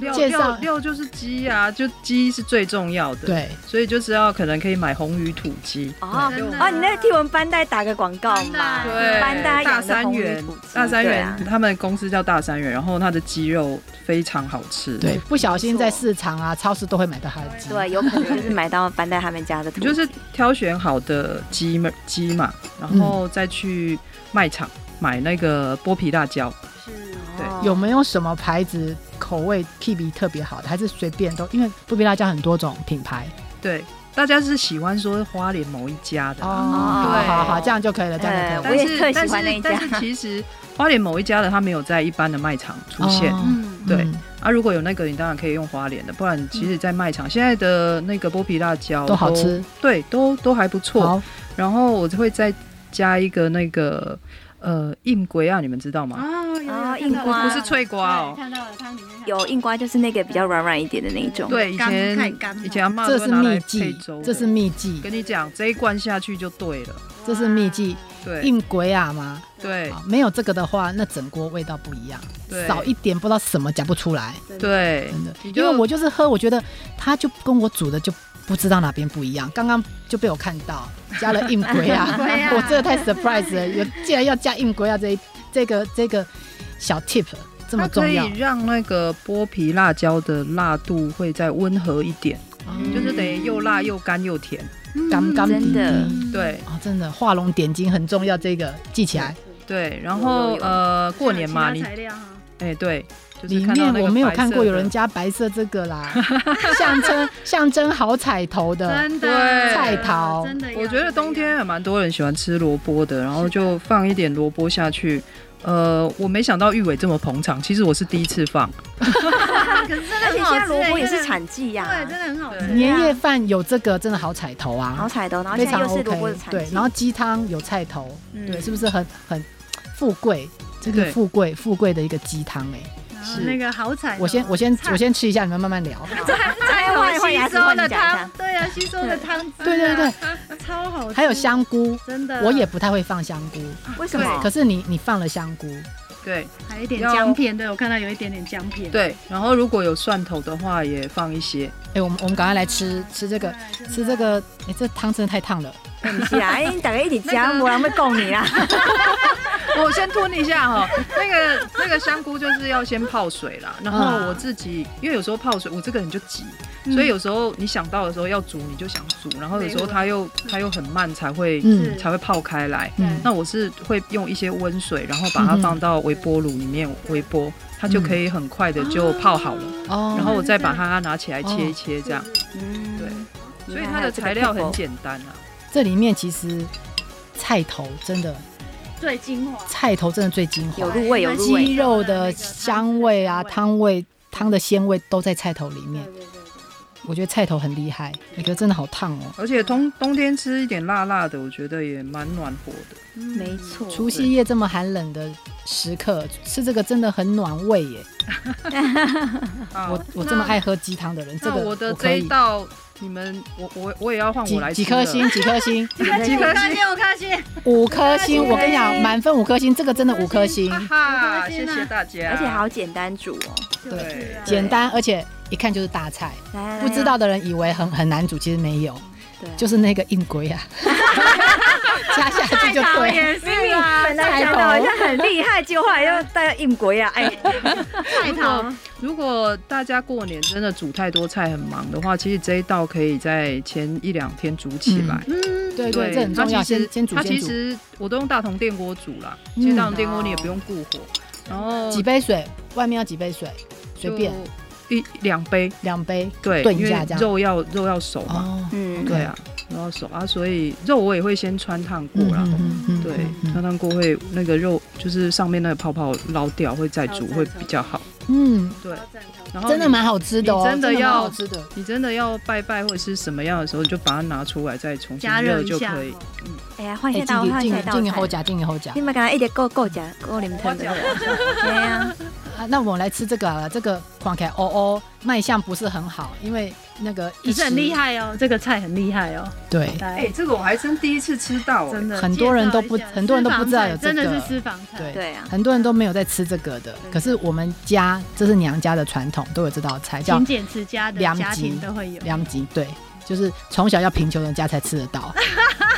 Speaker 4: 六
Speaker 2: 介绍
Speaker 4: 六六就是鸡啊，就鸡是最重要的。，
Speaker 2: 对，
Speaker 4: 所以就是要可能可以买红鱼土鸡。
Speaker 3: 哦
Speaker 4: 真的
Speaker 3: 哦，你那个替我们班代打个广告嘛？
Speaker 4: 对，
Speaker 3: 班代
Speaker 4: 大
Speaker 3: 养的
Speaker 4: 三
Speaker 3: 红鱼
Speaker 4: 元
Speaker 3: 土鸡，
Speaker 4: 大三
Speaker 3: 对
Speaker 4: 元、
Speaker 3: 啊
Speaker 4: 他们公司叫大三元，然后它的鸡肉非常好吃。
Speaker 2: 对，，不小心在市场啊、超市都会买到它的鸡。
Speaker 3: 对，啊有可能就是买到班代他们家的土
Speaker 4: 你
Speaker 3: 鸡，
Speaker 4: 就是挑选好的鸡嘛鸡嘛，然
Speaker 2: 嗯
Speaker 4: 后再去卖场买那个剥皮辣椒。对
Speaker 3: 哦
Speaker 2: 有没有什么牌子口味 K B 特别好的，还是随便都？因为剥皮辣椒很多种品牌
Speaker 4: 对，大家是喜欢说花莲某一家的。
Speaker 2: 哦，好
Speaker 3: 对
Speaker 2: 好好，这样就可以了，这样就可
Speaker 3: 我
Speaker 2: 以了。
Speaker 3: 也
Speaker 4: 但是
Speaker 3: 特喜
Speaker 4: 但
Speaker 3: 欢那一
Speaker 4: 是
Speaker 3: 家
Speaker 4: 但是其实花莲某一家的它没有在一般的卖场出现，
Speaker 2: 哦
Speaker 3: 嗯
Speaker 4: 对
Speaker 2: 嗯
Speaker 4: 啊，如果有那个，你当然可以用花莲的，不然其实，在卖场现在的那个剥皮辣椒
Speaker 2: 都好吃，
Speaker 4: 对，都都还不错。
Speaker 2: 好，
Speaker 4: 然后我会再加一个那个呃硬龟啊，你们知道吗？
Speaker 5: 哦，有
Speaker 3: 哦
Speaker 5: 有看到
Speaker 3: 硬瓜
Speaker 5: 了
Speaker 4: 不是脆瓜哦，
Speaker 5: 看到了，它里面看到了
Speaker 3: 有硬瓜就是那个比较软软一点的那一种。
Speaker 4: 对，以
Speaker 5: 干太
Speaker 4: 前
Speaker 5: 干了
Speaker 4: 以前阿妈
Speaker 2: 这
Speaker 4: 都会
Speaker 2: 是
Speaker 4: 拿来
Speaker 2: 秘
Speaker 4: 配
Speaker 2: 技
Speaker 4: 粥，的。
Speaker 2: 这是秘技，
Speaker 4: 跟你讲，这一罐下去就对了。
Speaker 2: 这是秘技，
Speaker 4: 对
Speaker 2: 硬鬼啊嘛。
Speaker 4: 对
Speaker 2: 好没有这个的话，那整锅味道不一样，
Speaker 4: 对
Speaker 2: 少一点不知道什么讲不出来，
Speaker 4: 对
Speaker 2: 真的。
Speaker 4: 你
Speaker 2: 因
Speaker 4: 就
Speaker 2: 为我就是喝，我觉得它就跟我煮的就不知道哪边不一样。刚刚就被我看到加了硬鬼 啊，
Speaker 5: 龟啊
Speaker 2: 我真的太 surprise 了，有竟然要加硬鬼啊这一这个这个小 tip 这么
Speaker 4: 它可
Speaker 2: 重要
Speaker 4: 以，让那个剥皮辣椒的辣度会再温和一点，
Speaker 2: 哦
Speaker 4: 就是嗯等于又辣又干又甜。
Speaker 2: 刚刚
Speaker 3: 真的
Speaker 2: 滴滴
Speaker 4: 对
Speaker 2: 哦，真的画龙点睛很重要，这个记起来。
Speaker 4: 对，然
Speaker 3: 有
Speaker 4: 后
Speaker 3: 有有
Speaker 4: 呃，过年嘛，
Speaker 5: 像
Speaker 4: 你
Speaker 5: 其他材料哈
Speaker 4: 哎对，就是
Speaker 2: 里
Speaker 4: 看到
Speaker 2: 面
Speaker 4: 那个
Speaker 2: 我没有
Speaker 4: 白色
Speaker 2: 看过有
Speaker 4: 的
Speaker 2: 人加白色这个啦， 象征象征好彩头的，
Speaker 5: 真
Speaker 4: 对
Speaker 5: 的
Speaker 2: 菜桃
Speaker 5: 真的要，
Speaker 4: 我觉得冬天还蛮多人喜欢吃萝卜的，然后就放一点萝卜下去。呃，我没想到玉伟这么捧场，其实我是第一次放。
Speaker 5: 可是真的
Speaker 3: 而且现
Speaker 5: 很好
Speaker 4: 哦
Speaker 5: 吃
Speaker 3: 在萝卜也是
Speaker 5: 真的
Speaker 3: 产季呀、
Speaker 5: 对，真的很好吃。
Speaker 2: 年夜饭有这个真的好彩头
Speaker 3: 然后
Speaker 2: 啊，
Speaker 3: 彩头，哦然后
Speaker 2: 非
Speaker 3: 现在
Speaker 2: 常
Speaker 3: 又是萝卜
Speaker 2: OK
Speaker 3: 的。产
Speaker 2: 对，
Speaker 3: 季，
Speaker 2: 然后鸡汤有菜头，
Speaker 3: 嗯
Speaker 2: 对，是不是很很富贵？这个
Speaker 4: 对
Speaker 2: 富贵富贵的一个鸡汤哎，
Speaker 5: 然后
Speaker 4: 是
Speaker 5: 那个好彩头，
Speaker 2: 我先我先
Speaker 5: 哎菜
Speaker 2: 我先吃一下，你们慢慢聊。
Speaker 3: 再换一换牙
Speaker 5: 吸
Speaker 3: 齿
Speaker 5: 收
Speaker 3: 换你
Speaker 5: 的
Speaker 3: 讲一下
Speaker 5: 汤，对啊，吸收的汤汁啊，
Speaker 2: 对对对，
Speaker 5: 超好吃。嗯
Speaker 2: 还有，香菇，
Speaker 5: 真的，
Speaker 2: 我也不太会放香菇，
Speaker 3: 为什么
Speaker 2: 可？是你你放了香菇，
Speaker 4: 对
Speaker 5: 还有一点姜片，对我看到有一点点姜片，
Speaker 4: 对，然后如果有蒜头的话，也放一些。
Speaker 2: 哎，我们我们赶快来吃吃这个
Speaker 5: 对，
Speaker 2: 吃这个，哎，这汤真的太烫了。
Speaker 3: 不是啊，哎，你大概一起加，不然会供你啦。
Speaker 4: 我先吞一下哈，那个那个香菇就是要先泡水啦，然后
Speaker 2: 嗯
Speaker 4: 我自己因为有时候泡水，我这个人就急，所以有时候你想到的时候要煮你就想煮，然后有时候它又它又很慢才会
Speaker 2: 嗯
Speaker 4: 才会泡开来。
Speaker 2: 嗯
Speaker 4: 那我是会用一些温水，然后把它放到微波炉里面微波，它就可以很快的就泡好了。
Speaker 2: 哦
Speaker 4: 然后我再把它拿起来切一切，这样。
Speaker 3: 嗯，
Speaker 4: 对，
Speaker 2: 哦
Speaker 3: 对
Speaker 4: 所以它的材料很简单啊。
Speaker 2: 这里面其实菜头真的，
Speaker 5: 最精华，
Speaker 2: 菜头真的最精华
Speaker 3: 有，入味，有入
Speaker 2: 鸡
Speaker 3: 味。
Speaker 2: 肉的香味啊，汤味、汤的鲜味都在菜头里面。我觉得菜头很厉害，我觉得真的好烫哦。
Speaker 4: 而且冬冬天吃一点辣辣的，我觉得也蛮暖和的。
Speaker 5: 嗯
Speaker 3: 没错，
Speaker 2: 除夕夜这么寒冷的时刻，吃这个真的很暖胃耶。
Speaker 4: 啊
Speaker 2: 我我这么爱喝鸡汤的人，这
Speaker 4: 那
Speaker 2: 个
Speaker 4: 我的
Speaker 2: 可
Speaker 4: 这一
Speaker 2: 以。
Speaker 4: 道，你们我我我也要换我来
Speaker 2: 几几
Speaker 4: 吃了
Speaker 2: 颗 星？几颗星？
Speaker 4: 几颗星？
Speaker 5: 六颗星，
Speaker 2: 五颗星！我跟你
Speaker 5: 五颗
Speaker 2: 讲，
Speaker 5: 星
Speaker 2: 满分五颗星，这个真的五颗 星，
Speaker 4: 哈哈，
Speaker 5: 五颗
Speaker 4: 谢
Speaker 5: 星啊
Speaker 4: 谢大家。
Speaker 3: 而且好简单煮哦。
Speaker 5: 就是啊
Speaker 2: 简单，而且一看就是大菜。
Speaker 3: 来来来，
Speaker 2: 不知道的人以为很很难煮，其实没有，
Speaker 3: 啊对啊
Speaker 2: 就是那个硬龟 啊，加下去就对。
Speaker 5: 也是
Speaker 3: 明明哎本来
Speaker 2: 菜
Speaker 3: 讲
Speaker 2: 头
Speaker 3: 的好像很厉害，结果后来又带到硬国呀，哎，
Speaker 5: 菜桃，
Speaker 4: 如果大家过年真的煮太多菜很忙的话，其实这一道可以在前一两天煮起来。
Speaker 5: 嗯，
Speaker 2: 对对，这很
Speaker 4: 它
Speaker 2: 重要，
Speaker 4: 其实
Speaker 2: 先先煮
Speaker 4: 它
Speaker 2: 先
Speaker 4: 其
Speaker 2: 煮，
Speaker 4: 实我都用大同电锅煮啦，
Speaker 2: 嗯哦
Speaker 4: 其实大同电锅你也不用顾火，然后
Speaker 2: 几杯水，外面要几杯水，随便
Speaker 4: 呃就一两杯，
Speaker 2: 两杯
Speaker 4: 对，
Speaker 2: 炖一
Speaker 4: 因为
Speaker 2: 下这样
Speaker 4: 肉要肉要熟嘛，
Speaker 2: 哦。
Speaker 3: 嗯，
Speaker 4: 对啊，肉要熟啊，所以肉我也会先穿烫过啦。
Speaker 2: 嗯嗯
Speaker 4: 对
Speaker 2: 嗯，嗯
Speaker 4: 穿烫过会那个肉就是上面那个泡泡捞掉，会再煮
Speaker 5: 超赞
Speaker 4: 会比较好。
Speaker 2: 嗯，
Speaker 4: 对，然后
Speaker 2: 真的
Speaker 4: 你
Speaker 2: 蛮好吃的哦，
Speaker 4: 你真的
Speaker 2: 蛮
Speaker 4: 要
Speaker 2: 好吃的。
Speaker 4: 你真的要拜拜或者是什么样的时候，你就把它拿出来再重新
Speaker 5: 加热
Speaker 4: 热
Speaker 5: 一
Speaker 4: 就
Speaker 5: 下
Speaker 4: 可以
Speaker 5: 哦。
Speaker 3: 哎呀，换
Speaker 2: 哎，进
Speaker 3: 下道，
Speaker 2: 你
Speaker 3: 换
Speaker 2: 进
Speaker 3: 下
Speaker 2: 你
Speaker 3: 道
Speaker 2: 进你
Speaker 3: 菜
Speaker 2: 后。夹，进你后夹
Speaker 3: 你。们刚刚一点够够讲，够你们
Speaker 4: 我
Speaker 3: 特
Speaker 4: 讲
Speaker 3: 别。
Speaker 4: 我讲
Speaker 3: 对呀，
Speaker 2: 啊，那我们来吃这个啊，这个看起来哦哦卖相不是很好，因为那个一
Speaker 5: 也是
Speaker 2: 时
Speaker 5: 很厉，害哦，这个菜很厉害哦，
Speaker 2: 对，
Speaker 5: 来
Speaker 4: 哎，，这个我还真第一次吃到，哎
Speaker 5: 真的，
Speaker 2: 很多人都不
Speaker 5: 介绍一下
Speaker 2: 很多人都不知道有
Speaker 5: 私房菜
Speaker 2: 这个
Speaker 5: 真的是私房菜，
Speaker 2: 对
Speaker 3: 对啊，
Speaker 2: 很多人都没有在吃这个的，可是我们家这是娘家的传统，都有这道菜叫
Speaker 5: 勤俭持家的
Speaker 2: 两
Speaker 5: 家
Speaker 2: 集
Speaker 5: 庭都会有。
Speaker 2: 凉鸡，对，就是从小要贫穷人家才吃得到，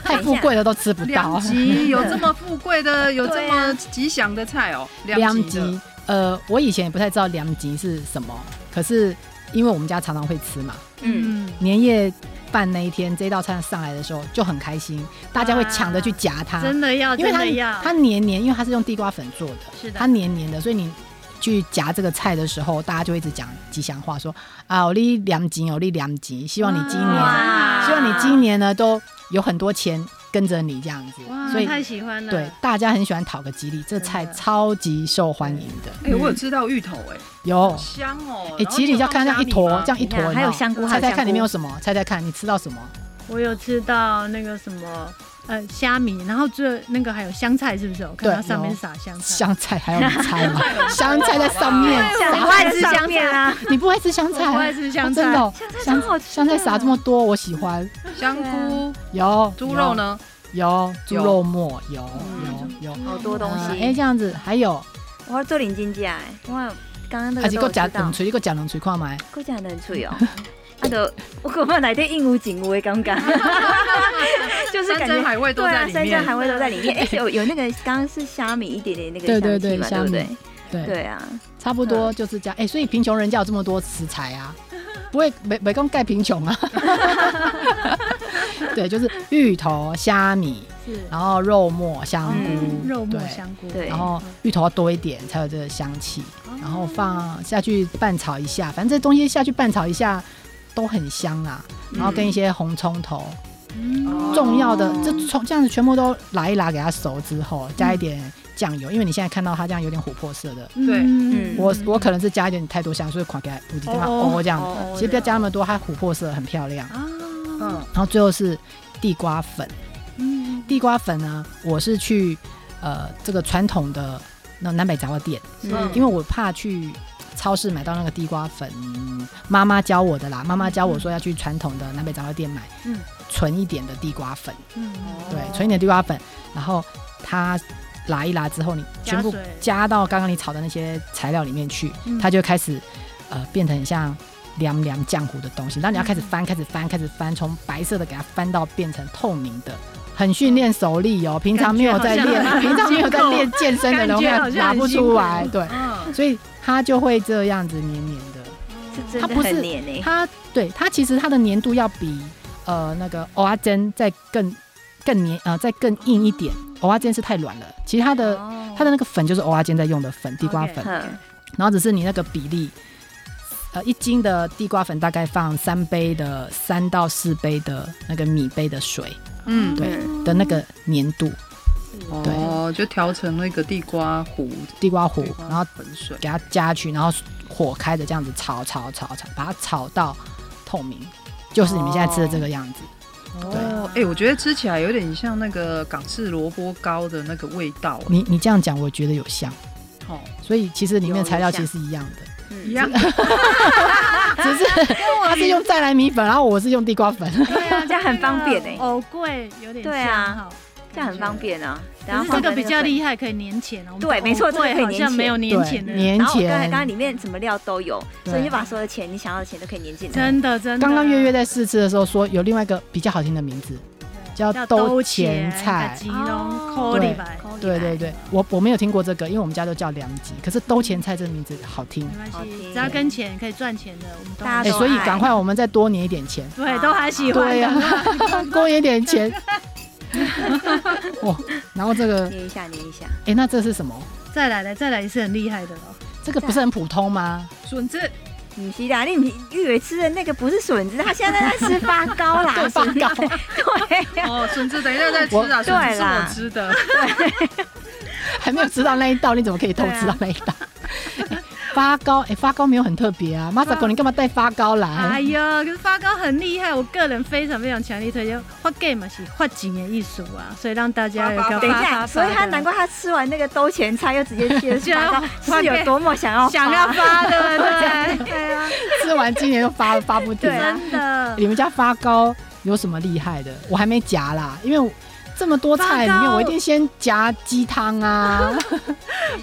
Speaker 2: 太富贵的都吃不
Speaker 4: 两
Speaker 2: 到。
Speaker 4: 集有这么富贵的，有这
Speaker 3: 对
Speaker 4: 么
Speaker 3: 啊
Speaker 4: 吉祥的菜哦，
Speaker 2: 鸡
Speaker 4: 的，
Speaker 2: 呃，我以前也不太知道凉鸡是什么，可是因为我们家常常会吃嘛，
Speaker 3: 嗯，
Speaker 5: 嗯，
Speaker 2: 年夜饭那一天这道菜上来的时候就很开心，大家会抢着去夹它，
Speaker 5: 真的要，
Speaker 2: 啊因为
Speaker 5: 啊真
Speaker 2: 它
Speaker 5: 的要，
Speaker 2: 它黏黏，因为它是用地瓜粉做的，
Speaker 5: 是的
Speaker 2: 它黏黏的，所以你去夹这个菜的时候，大家就一直讲吉祥话，说啊，我力良吉，我力良吉，希望你今年，
Speaker 5: 哇
Speaker 2: 希望你今年呢都有很多钱跟着你这样子，
Speaker 5: 哇，
Speaker 2: 所以
Speaker 5: 太喜欢了。
Speaker 2: 对大家很喜欢讨个吉利，这菜
Speaker 5: 真的
Speaker 2: 超级受欢迎的。
Speaker 4: 哎、我有吃到芋头、哎、
Speaker 2: 有
Speaker 4: 好香哦、
Speaker 2: 哎，吉利要看这样一坨，这样一
Speaker 3: 你
Speaker 2: 坨
Speaker 3: 看，
Speaker 2: 有没
Speaker 3: 还有香菇，还
Speaker 2: 猜猜
Speaker 3: 有香
Speaker 2: 看里面有
Speaker 3: 菇，
Speaker 2: 什么？猜猜看你吃到什么？
Speaker 5: 我有吃到那个什么呃虾米，然后这那个还有香菜，是不是？我看
Speaker 2: 对
Speaker 5: 它上面
Speaker 2: 有
Speaker 5: 撒香菜。
Speaker 2: 香菜还要你猜 吗？香菜在上面，
Speaker 3: 我不爱吃香面啊，
Speaker 2: 你不会吃香菜？
Speaker 5: 我不爱吃香菜
Speaker 2: 哦真的哦
Speaker 3: 香菜啊
Speaker 2: 香
Speaker 3: 超好吃的
Speaker 2: 香菜撒这么多，我喜欢。
Speaker 4: 香菇、
Speaker 2: 有
Speaker 4: 猪肉？呢？
Speaker 2: 有猪
Speaker 4: 有
Speaker 2: 肉末，有
Speaker 3: 嗯
Speaker 2: 有有。
Speaker 3: 好多东
Speaker 2: 呃哎，
Speaker 3: 西。
Speaker 2: 这样子还有，
Speaker 3: 我要做零金鸡哎，哇，刚刚那
Speaker 2: 还
Speaker 3: 个
Speaker 2: 是
Speaker 3: 都
Speaker 2: 够
Speaker 3: 有
Speaker 2: 假
Speaker 3: 吃
Speaker 2: 冷
Speaker 3: 到，
Speaker 2: 锤，够假冷锤看买。
Speaker 3: 够讲冷脆哦。啊，就我恐怕哪天应无尽无的尴尬，就是
Speaker 4: 山
Speaker 3: 感
Speaker 4: 珍
Speaker 3: 觉
Speaker 4: 海味都
Speaker 3: 对
Speaker 4: 在
Speaker 3: 啊，
Speaker 4: 里
Speaker 3: 山珍
Speaker 4: 面。
Speaker 3: 海味都在里面。哎，有有那个刚刚是虾米一点点那个
Speaker 2: 对对
Speaker 3: 香
Speaker 2: 对
Speaker 3: 气嘛，对不
Speaker 2: 虾
Speaker 3: 对？
Speaker 2: 对，
Speaker 3: 对啊，
Speaker 2: 差不多就是这样。哎，所以贫穷人家有这么多食材啊，不会没没讲盖贫穷啊。 对，就是芋头、虾米，
Speaker 5: 是哦
Speaker 2: 然后肉末、香
Speaker 3: 嗯
Speaker 2: 菇、
Speaker 5: 肉末
Speaker 2: 对
Speaker 5: 香菇，哦
Speaker 3: 对
Speaker 2: 然后芋头要多一点才有这个香气，然后放下去拌炒一下，反正这东西下去拌炒一下都很香啊。然后跟一些红葱头，
Speaker 3: 哦
Speaker 5: 嗯
Speaker 2: 重要的这葱这样子全部都拉一拉，给它熟之后，加一点酱油，因为你现在看到它这样有点琥珀色的，
Speaker 5: 嗯
Speaker 4: 对
Speaker 5: 嗯
Speaker 2: 我我可能是加一点太多香，所以狂给它五级地方
Speaker 5: 哦
Speaker 2: 哦这样，
Speaker 3: 哦
Speaker 2: 其实不要加那么多，它琥珀色很漂亮。
Speaker 5: 啊，
Speaker 4: 嗯，
Speaker 2: 然后最后是地瓜粉，
Speaker 5: 嗯
Speaker 2: 地瓜粉呢，我是去呃这个传统的那南北杂货店。
Speaker 3: 嗯
Speaker 2: 因为我怕去超市买到那个地瓜粉，妈妈教我的啦。妈妈教我说要去传统的南北杂货店买，
Speaker 5: 嗯
Speaker 2: 纯一点的地瓜粉，
Speaker 5: 嗯，
Speaker 2: 对，纯一点的地瓜粉，然后它拉一拉之后，你全部
Speaker 5: 加水
Speaker 2: 加到刚刚你炒的那些材料里面去，
Speaker 5: 嗯
Speaker 2: 它就开始呃变成很像。凉凉浆糊的东西，然后你要开始
Speaker 5: 嗯
Speaker 2: 翻，开始翻，开始翻，从白色的给它翻到变成透明的，很训练手力哦。平常没有在
Speaker 5: 感觉好
Speaker 2: 练，
Speaker 5: 像
Speaker 2: 平常没有在练健身的人
Speaker 5: 感觉好
Speaker 2: 会
Speaker 5: 像
Speaker 2: 拿
Speaker 5: 很
Speaker 2: 不
Speaker 5: 辛苦
Speaker 2: 出来，对。
Speaker 4: 嗯，
Speaker 2: 所以它就会这样子黏黏的。
Speaker 3: 是真
Speaker 2: 它
Speaker 3: 的
Speaker 2: 不是
Speaker 3: 很黏欸诶。
Speaker 2: 它对它其实它的粘度要比呃那个蚵仔煎再更更黏呃再更硬一点，蚵仔煎是太软了。其实它的、
Speaker 3: 哦
Speaker 2: 它的那个粉就是蚵仔煎在用的粉，地瓜
Speaker 5: OK
Speaker 2: 粉
Speaker 3: 嗯
Speaker 2: 然后只是你那个比例。呃，一斤的地瓜粉大概放三杯的三到四杯的那个米杯的水，
Speaker 4: 嗯
Speaker 2: 对、
Speaker 3: 嗯
Speaker 2: 的那个粘度，对
Speaker 4: 哦，就调成那个地瓜糊，
Speaker 2: 地瓜糊
Speaker 4: 地，瓜
Speaker 2: 然后
Speaker 4: 粉水，
Speaker 2: 给它加下去，然后火开着这样子炒炒炒炒，把它炒到透明，就是你们现在吃的这个样子。
Speaker 4: 哦，哎、我觉得吃起来有点像那个港式萝卜糕的那个味道，啊
Speaker 2: 你你这样讲，我觉得有像，
Speaker 4: 哦，
Speaker 2: 所以其实里面材料
Speaker 3: 有
Speaker 2: 其
Speaker 3: 像
Speaker 2: 实一样的，
Speaker 3: 嗯，
Speaker 4: 一样，
Speaker 2: 只是它是用再来米粉，然后我是用地瓜 粉。
Speaker 5: 对啊，
Speaker 3: 这样很方便欸
Speaker 5: 藕桂有点
Speaker 3: 对
Speaker 5: 像
Speaker 3: 啊
Speaker 5: 哈，
Speaker 3: 这样很方便啊。然后
Speaker 5: 可是这
Speaker 3: 放
Speaker 5: 个
Speaker 3: 在
Speaker 5: 比
Speaker 3: 那
Speaker 5: 较
Speaker 3: 粉
Speaker 5: 厉害，可以粘钱哦。
Speaker 3: 对没错这个可以
Speaker 5: 好像
Speaker 3: 粘
Speaker 5: 没有粘
Speaker 2: 对，
Speaker 5: 钱的，
Speaker 2: 年
Speaker 3: 然后我刚才
Speaker 2: 前
Speaker 3: 刚刚里面什么料都有，
Speaker 2: 对
Speaker 3: 所以你就把所有的钱你想要的钱都可以粘进来。
Speaker 5: 真的真的。
Speaker 2: 刚刚月月在试吃的时候说有另外一个比较好听的名字，叫
Speaker 5: 叫
Speaker 2: 兜
Speaker 5: 兜
Speaker 2: 钱
Speaker 5: 钱
Speaker 2: 菜。
Speaker 5: 吉隆
Speaker 3: 哦
Speaker 5: 扣里
Speaker 2: 对
Speaker 5: 白，
Speaker 2: 对对对，我我没有听过这个，因为我们家都叫凉鸡，可是兜钱菜这个名字好听
Speaker 5: 没。关
Speaker 3: 好
Speaker 5: 系，
Speaker 3: 听
Speaker 5: 只要跟钱可以赚钱的，我们都
Speaker 3: 大
Speaker 2: 哎、
Speaker 3: 家都
Speaker 2: 所以
Speaker 3: 爱
Speaker 2: 赶快我们再多年一点钱。
Speaker 5: 对都还喜欢。
Speaker 2: 对啊呀、 多一点钱。哇，然后这个，哎、
Speaker 3: 捏一下，捏一下，
Speaker 2: 那这是什么？
Speaker 5: 再来来再来一次很厉害的了，
Speaker 2: 这个不是很普通吗？
Speaker 4: 笋子，
Speaker 3: 不是啦，你你你以为吃的那个不是笋子，他现在在吃发糕啦，
Speaker 2: 对，
Speaker 3: 笋
Speaker 2: 发
Speaker 3: 子
Speaker 2: 糕。
Speaker 3: 对呀，
Speaker 4: 哦，笋子，等一下再吃
Speaker 2: 我
Speaker 4: 啊，笋子
Speaker 3: 对
Speaker 4: 是我
Speaker 3: 啦
Speaker 4: 吃的，
Speaker 2: 还没有吃到那一道，你怎么可以偷吃到那一 道？哎发糕，哎、发糕没有很特别啊。马萨狗，你干嘛带发糕
Speaker 5: 哎
Speaker 2: 来？
Speaker 5: 呀，可是发糕很厉害，我个人非常非常强力推荐。发 game 是发景的艺术啊，所以让大家有
Speaker 4: 发
Speaker 5: 个
Speaker 4: 发
Speaker 3: 等一
Speaker 5: 发
Speaker 3: 下，
Speaker 5: 发
Speaker 3: 所以他
Speaker 5: 的
Speaker 3: 难怪他吃完那个兜钱菜又直接 去了
Speaker 5: 居然
Speaker 3: 发糕，
Speaker 5: 发
Speaker 3: 是有
Speaker 5: 给
Speaker 3: 多么想要
Speaker 5: 想要发，对不对？哎
Speaker 3: 对啊，
Speaker 2: 吃完今年又发发不停
Speaker 3: 对。啊
Speaker 5: 真的。
Speaker 2: 你们家发糕有什么厉害的？我还没夹啦，因为我这么多菜里
Speaker 5: 发
Speaker 2: 面，
Speaker 5: 糕
Speaker 2: 我一定先夹鸡汤 啊。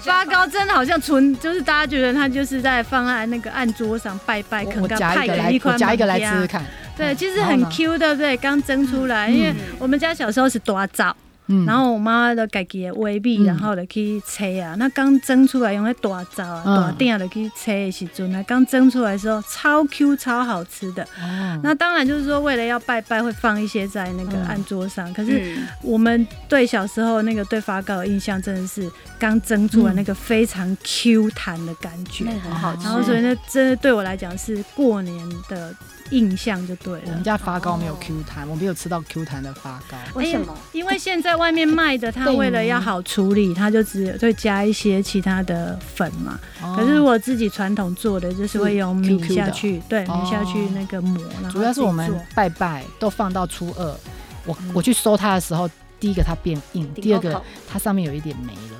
Speaker 5: 发糕真的好像纯，就是大家觉得它就是在放在那个案桌上拜拜，
Speaker 2: 我
Speaker 5: 啃
Speaker 2: 我
Speaker 5: 个
Speaker 2: 夹
Speaker 5: 哎派
Speaker 2: 一个
Speaker 5: 给
Speaker 2: 来，我
Speaker 5: 款
Speaker 2: 夹一个来
Speaker 5: 给
Speaker 2: 吃
Speaker 5: 啊
Speaker 2: 吃看。
Speaker 5: 对，
Speaker 2: 嗯
Speaker 5: 其实
Speaker 2: 然后
Speaker 5: 很
Speaker 2: 呢
Speaker 5: 哎 Q，对不对？刚蒸出来，因为我们家小时候是多枣，
Speaker 2: 嗯
Speaker 5: 然后我妈就家己的画米，
Speaker 2: 嗯
Speaker 5: 然后就去切啊。那刚蒸出来用那大灶啊、
Speaker 2: 嗯
Speaker 5: 大鼎啊，就去切的时阵啊，刚蒸出来的时候超 Q 超好吃的。
Speaker 2: 哦
Speaker 5: 那当然就是说，为了要拜拜，会放一些在那个
Speaker 2: 嗯
Speaker 5: 案桌上。可是
Speaker 3: 嗯，
Speaker 5: 我们对小时候那个对发糕的印象，真的是刚蒸出来那个非常
Speaker 2: 嗯
Speaker 5: Q 弹的感觉。
Speaker 3: 那个很
Speaker 2: 哎
Speaker 3: 好吃。
Speaker 5: 然后所以那真的对我来讲是过年的印象就对
Speaker 2: 我
Speaker 5: 了
Speaker 2: 们。家发糕没有 Q 弹，我没有吃到 Q 弹的发糕。
Speaker 3: 为什么？
Speaker 5: 哎因为现在外面卖的，它
Speaker 2: 对
Speaker 5: 为了要好处理，它就只会加一些其他的粉嘛。
Speaker 2: 哦
Speaker 5: 可是我自己传统做的，就是会用
Speaker 2: 是
Speaker 5: 米
Speaker 2: QQ 的
Speaker 5: 下去，对，
Speaker 2: 哦
Speaker 5: 米下去那个磨。然后
Speaker 2: 主要是我们
Speaker 5: 自己做
Speaker 2: 拜拜都放到初二，我我去收它的时候，第一个它变硬，第二个它上面有一点霉了，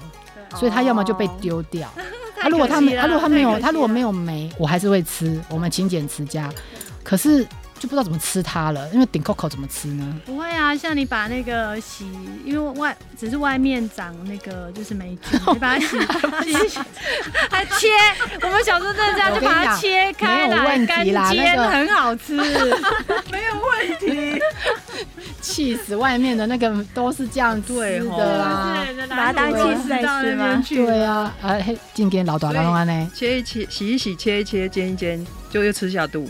Speaker 2: 所以它要么就被丢掉。啊，如果它没，啊，如果它没有，它如果没有霉，我还是会吃，我们勤俭持家。可是就不知道怎么吃它了，因为顶扣扣怎么吃呢？
Speaker 5: 不会啊，像你把那个洗，因为外只是外面长那个就是霉菌，你把它洗 洗洗，还切。我们小时候真的这样，就把它切开
Speaker 2: 没有问
Speaker 5: 来，干
Speaker 2: 题啦那
Speaker 5: 煎
Speaker 2: 个
Speaker 5: 很好吃。
Speaker 2: 气死！外面的那个都是这样
Speaker 4: 对
Speaker 2: 吃
Speaker 4: 吼
Speaker 2: 的啦。
Speaker 3: 把它当
Speaker 5: 气
Speaker 3: cheese 在吃吗
Speaker 2: 对啊，啊，嘿，今天老大老安呢？
Speaker 4: 切一切，洗一洗，切一切，煎一煎，就又吃下肚。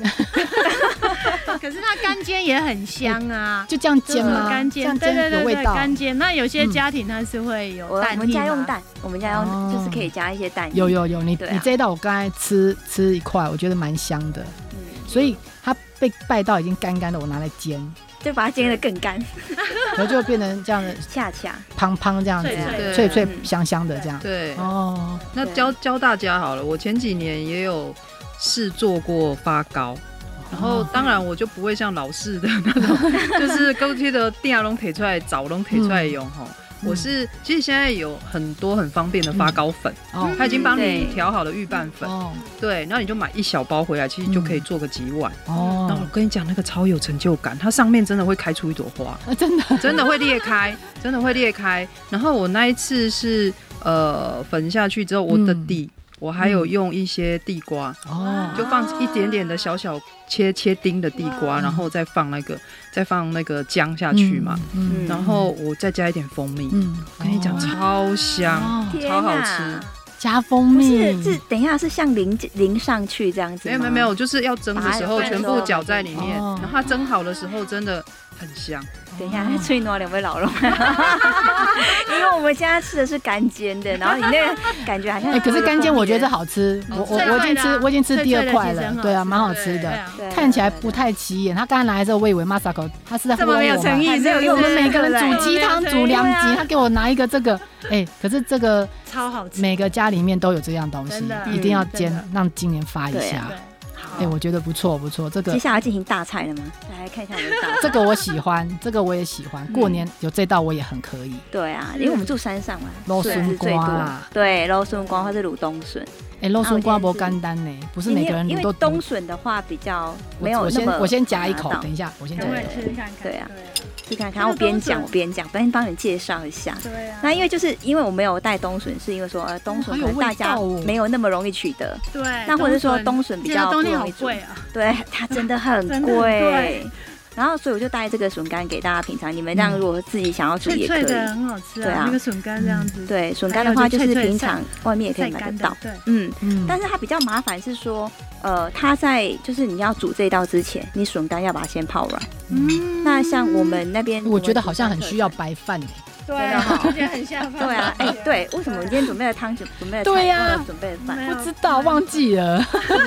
Speaker 5: 可是它干煎也很香啊。
Speaker 2: 就这样煎吗？
Speaker 5: 干
Speaker 2: 这
Speaker 5: 煎，
Speaker 2: 样
Speaker 5: 对对
Speaker 2: 煎有
Speaker 5: 对
Speaker 2: 味
Speaker 5: 对，
Speaker 2: 道。
Speaker 5: 干煎。那有些家庭它是会有
Speaker 3: 我
Speaker 5: 蛋
Speaker 3: 嗯我
Speaker 5: 液
Speaker 3: 们家用
Speaker 5: 嘛，
Speaker 3: 蛋，我们家用
Speaker 2: 哦
Speaker 3: 就是可以加一些蛋液。
Speaker 2: 有有有，你、
Speaker 3: 对啊
Speaker 2: 你这一道我刚才吃吃一块，我觉得蛮香的，
Speaker 3: 嗯，
Speaker 2: 所以它被拜到已经干干的，我拿来煎，
Speaker 3: 就把它煎得更干，
Speaker 2: 然后就变成这样的
Speaker 3: 恰恰。
Speaker 2: 胖胖这样子，
Speaker 5: 脆脆
Speaker 4: 的
Speaker 2: 脆脆
Speaker 3: 嗯
Speaker 2: 香香的这样。
Speaker 4: 对，
Speaker 2: 哦，
Speaker 4: 那
Speaker 3: 对
Speaker 4: 教教大家好了，我前几年也有试做过发糕。然后
Speaker 3: 哦
Speaker 4: 当然我就不会像老式的 那种，就是勾贴的电龙腿出来找龙腿出来用吼。
Speaker 2: 嗯
Speaker 4: 我是其实现在有很多很方便的发糕粉，
Speaker 2: 哦
Speaker 4: 它已经帮你
Speaker 3: 嗯对嗯
Speaker 4: 调好了预拌粉，
Speaker 2: 哦
Speaker 4: 对，然后你就买一小包回来，其实就可以做个几碗。
Speaker 3: 嗯
Speaker 4: 然后我
Speaker 2: 哦，
Speaker 4: 跟你讲，那个超有成就感，它上面真的会开出一朵花，
Speaker 2: 啊真的
Speaker 4: 真的会裂开，真的会裂开。然后我那一次是呃粉下去之后，我的
Speaker 2: 嗯
Speaker 4: 底、我还有用一些地瓜，
Speaker 2: 哦，
Speaker 4: 就放一点点的小小切切丁的地瓜，然后再放那个再放那个姜下去嘛，
Speaker 2: 嗯，
Speaker 3: 嗯
Speaker 4: 然后我再加一点蜂蜜，
Speaker 2: 嗯，
Speaker 4: 我跟你讲
Speaker 2: 哦
Speaker 4: 超香。
Speaker 2: 哦
Speaker 3: 天
Speaker 4: 超好
Speaker 3: 哪
Speaker 4: 吃
Speaker 2: 加蜂
Speaker 3: 不
Speaker 2: 蜜
Speaker 3: 是，是等一下是像淋淋上去这样子
Speaker 4: 没
Speaker 3: 吗？
Speaker 4: 有没有没有，就是要蒸的时候
Speaker 3: 把它
Speaker 4: 全部搅在里面，
Speaker 2: 哦
Speaker 4: 然后它蒸好的时候真的很香。
Speaker 3: 等一下，翠诺两位老龙，因为我们现在吃的是干煎的，然后你那个感觉好像……
Speaker 2: 哎，可是干煎我觉得好吃，我我我已经
Speaker 5: 脆脆的
Speaker 2: 吃
Speaker 5: 啊
Speaker 2: 我已经吃第二块
Speaker 5: 脆脆的其实很好
Speaker 2: 了，
Speaker 5: 吃
Speaker 2: 对啊，蛮好吃
Speaker 5: 对
Speaker 2: 的。
Speaker 5: 啊。
Speaker 3: 对
Speaker 2: 看起来不太起眼，他刚才拿来的时候，我以为 Masako 他是在
Speaker 5: 这么没有
Speaker 2: 糊弄我嘛
Speaker 5: 诚意
Speaker 3: 还没有
Speaker 5: 因为
Speaker 2: 我
Speaker 3: 用
Speaker 2: 们每个
Speaker 5: 对
Speaker 2: 人煮
Speaker 5: 不对啊
Speaker 2: 鸡汤煮两
Speaker 3: 啊
Speaker 2: 集，他给我拿一个这个，哎、可是这个
Speaker 5: 超好吃。
Speaker 2: 每个家里面都有这样东西
Speaker 5: 真的，
Speaker 2: 一定要煎
Speaker 5: 嗯真的，
Speaker 2: 让今年发一
Speaker 3: 对
Speaker 2: 下
Speaker 3: 啊。
Speaker 5: 对，
Speaker 2: 哎、我觉得不错不错，这
Speaker 3: 接
Speaker 2: 个
Speaker 3: 下来进行大菜了吗？来看一下我们的大菜。
Speaker 2: 这个我喜欢，这个我也喜
Speaker 3: 嗯
Speaker 2: 欢。过年有这道我也很可以，
Speaker 3: 对啊，因为我们住山上嘛，
Speaker 2: 肉
Speaker 3: 笋
Speaker 2: 松
Speaker 3: 是最
Speaker 2: 瓜
Speaker 3: 多
Speaker 2: 啊
Speaker 3: 的。对，肉松瓜或是卤冬笋，
Speaker 2: 哎、肉松瓜
Speaker 3: 那
Speaker 2: 不
Speaker 3: 我今天
Speaker 2: 干单呢，不是每个人
Speaker 3: 因为
Speaker 2: 都
Speaker 3: 因为冬笋的话比较没有
Speaker 2: 我
Speaker 3: 那
Speaker 2: 先
Speaker 3: 么
Speaker 2: 我先夹一口
Speaker 3: 拿，到
Speaker 2: 等一下我先夹
Speaker 5: 等
Speaker 2: 一
Speaker 5: 我
Speaker 2: 口
Speaker 5: 也。吃看看。
Speaker 3: 对啊
Speaker 5: 对
Speaker 3: 你看看，我边讲我边讲，边帮你介绍一下。
Speaker 5: 对啊。
Speaker 3: 那因为就是因为我没有带冬笋，是因为说呃冬
Speaker 2: 哦
Speaker 3: 笋
Speaker 2: 还
Speaker 3: 可
Speaker 2: 有
Speaker 3: 能大家
Speaker 2: 味道哦
Speaker 3: 没有那么容易取得，
Speaker 5: 对，啊
Speaker 3: 那或者是说
Speaker 5: 冬
Speaker 3: 冬
Speaker 5: 笋
Speaker 3: 笋比
Speaker 5: 记得
Speaker 3: 较不
Speaker 5: 冬天
Speaker 3: 容
Speaker 5: 好
Speaker 3: 易煮。
Speaker 5: 贵啊，
Speaker 3: 对，它真的很
Speaker 5: 真的很
Speaker 3: 贵
Speaker 5: 贵。
Speaker 3: 然后，所以我就带这个笋干给大家品尝。你们这样
Speaker 2: 嗯
Speaker 3: 如果自己想要煮
Speaker 5: 脆
Speaker 3: 也可
Speaker 5: 脆
Speaker 3: 以。
Speaker 5: 的很好吃
Speaker 3: 对
Speaker 5: 啊
Speaker 3: 啊，
Speaker 5: 那个笋干这样子。
Speaker 3: 对，笋干的话就是
Speaker 5: 还有就脆脆的
Speaker 3: 平常外面也可
Speaker 5: 晒
Speaker 3: 以买
Speaker 5: 干
Speaker 3: 得
Speaker 5: 的
Speaker 3: 到。，
Speaker 5: 对，
Speaker 3: 嗯，
Speaker 2: 嗯，
Speaker 3: 但是它比较麻烦是说，呃，它在就是你要煮这一道之前，你笋干要把它先泡软。
Speaker 5: 嗯
Speaker 3: 那像我们那边，
Speaker 2: 嗯我觉得好像很需要。白饭呢、
Speaker 5: 对
Speaker 3: 真的
Speaker 5: 啊，
Speaker 3: 好
Speaker 5: 之前很下饭。
Speaker 3: 对 啊，哎、对，为什么我今天准备了汤，准准备了菜，
Speaker 2: 对啊
Speaker 3: 准备了饭，
Speaker 5: 没有，
Speaker 2: 不知道忘记了，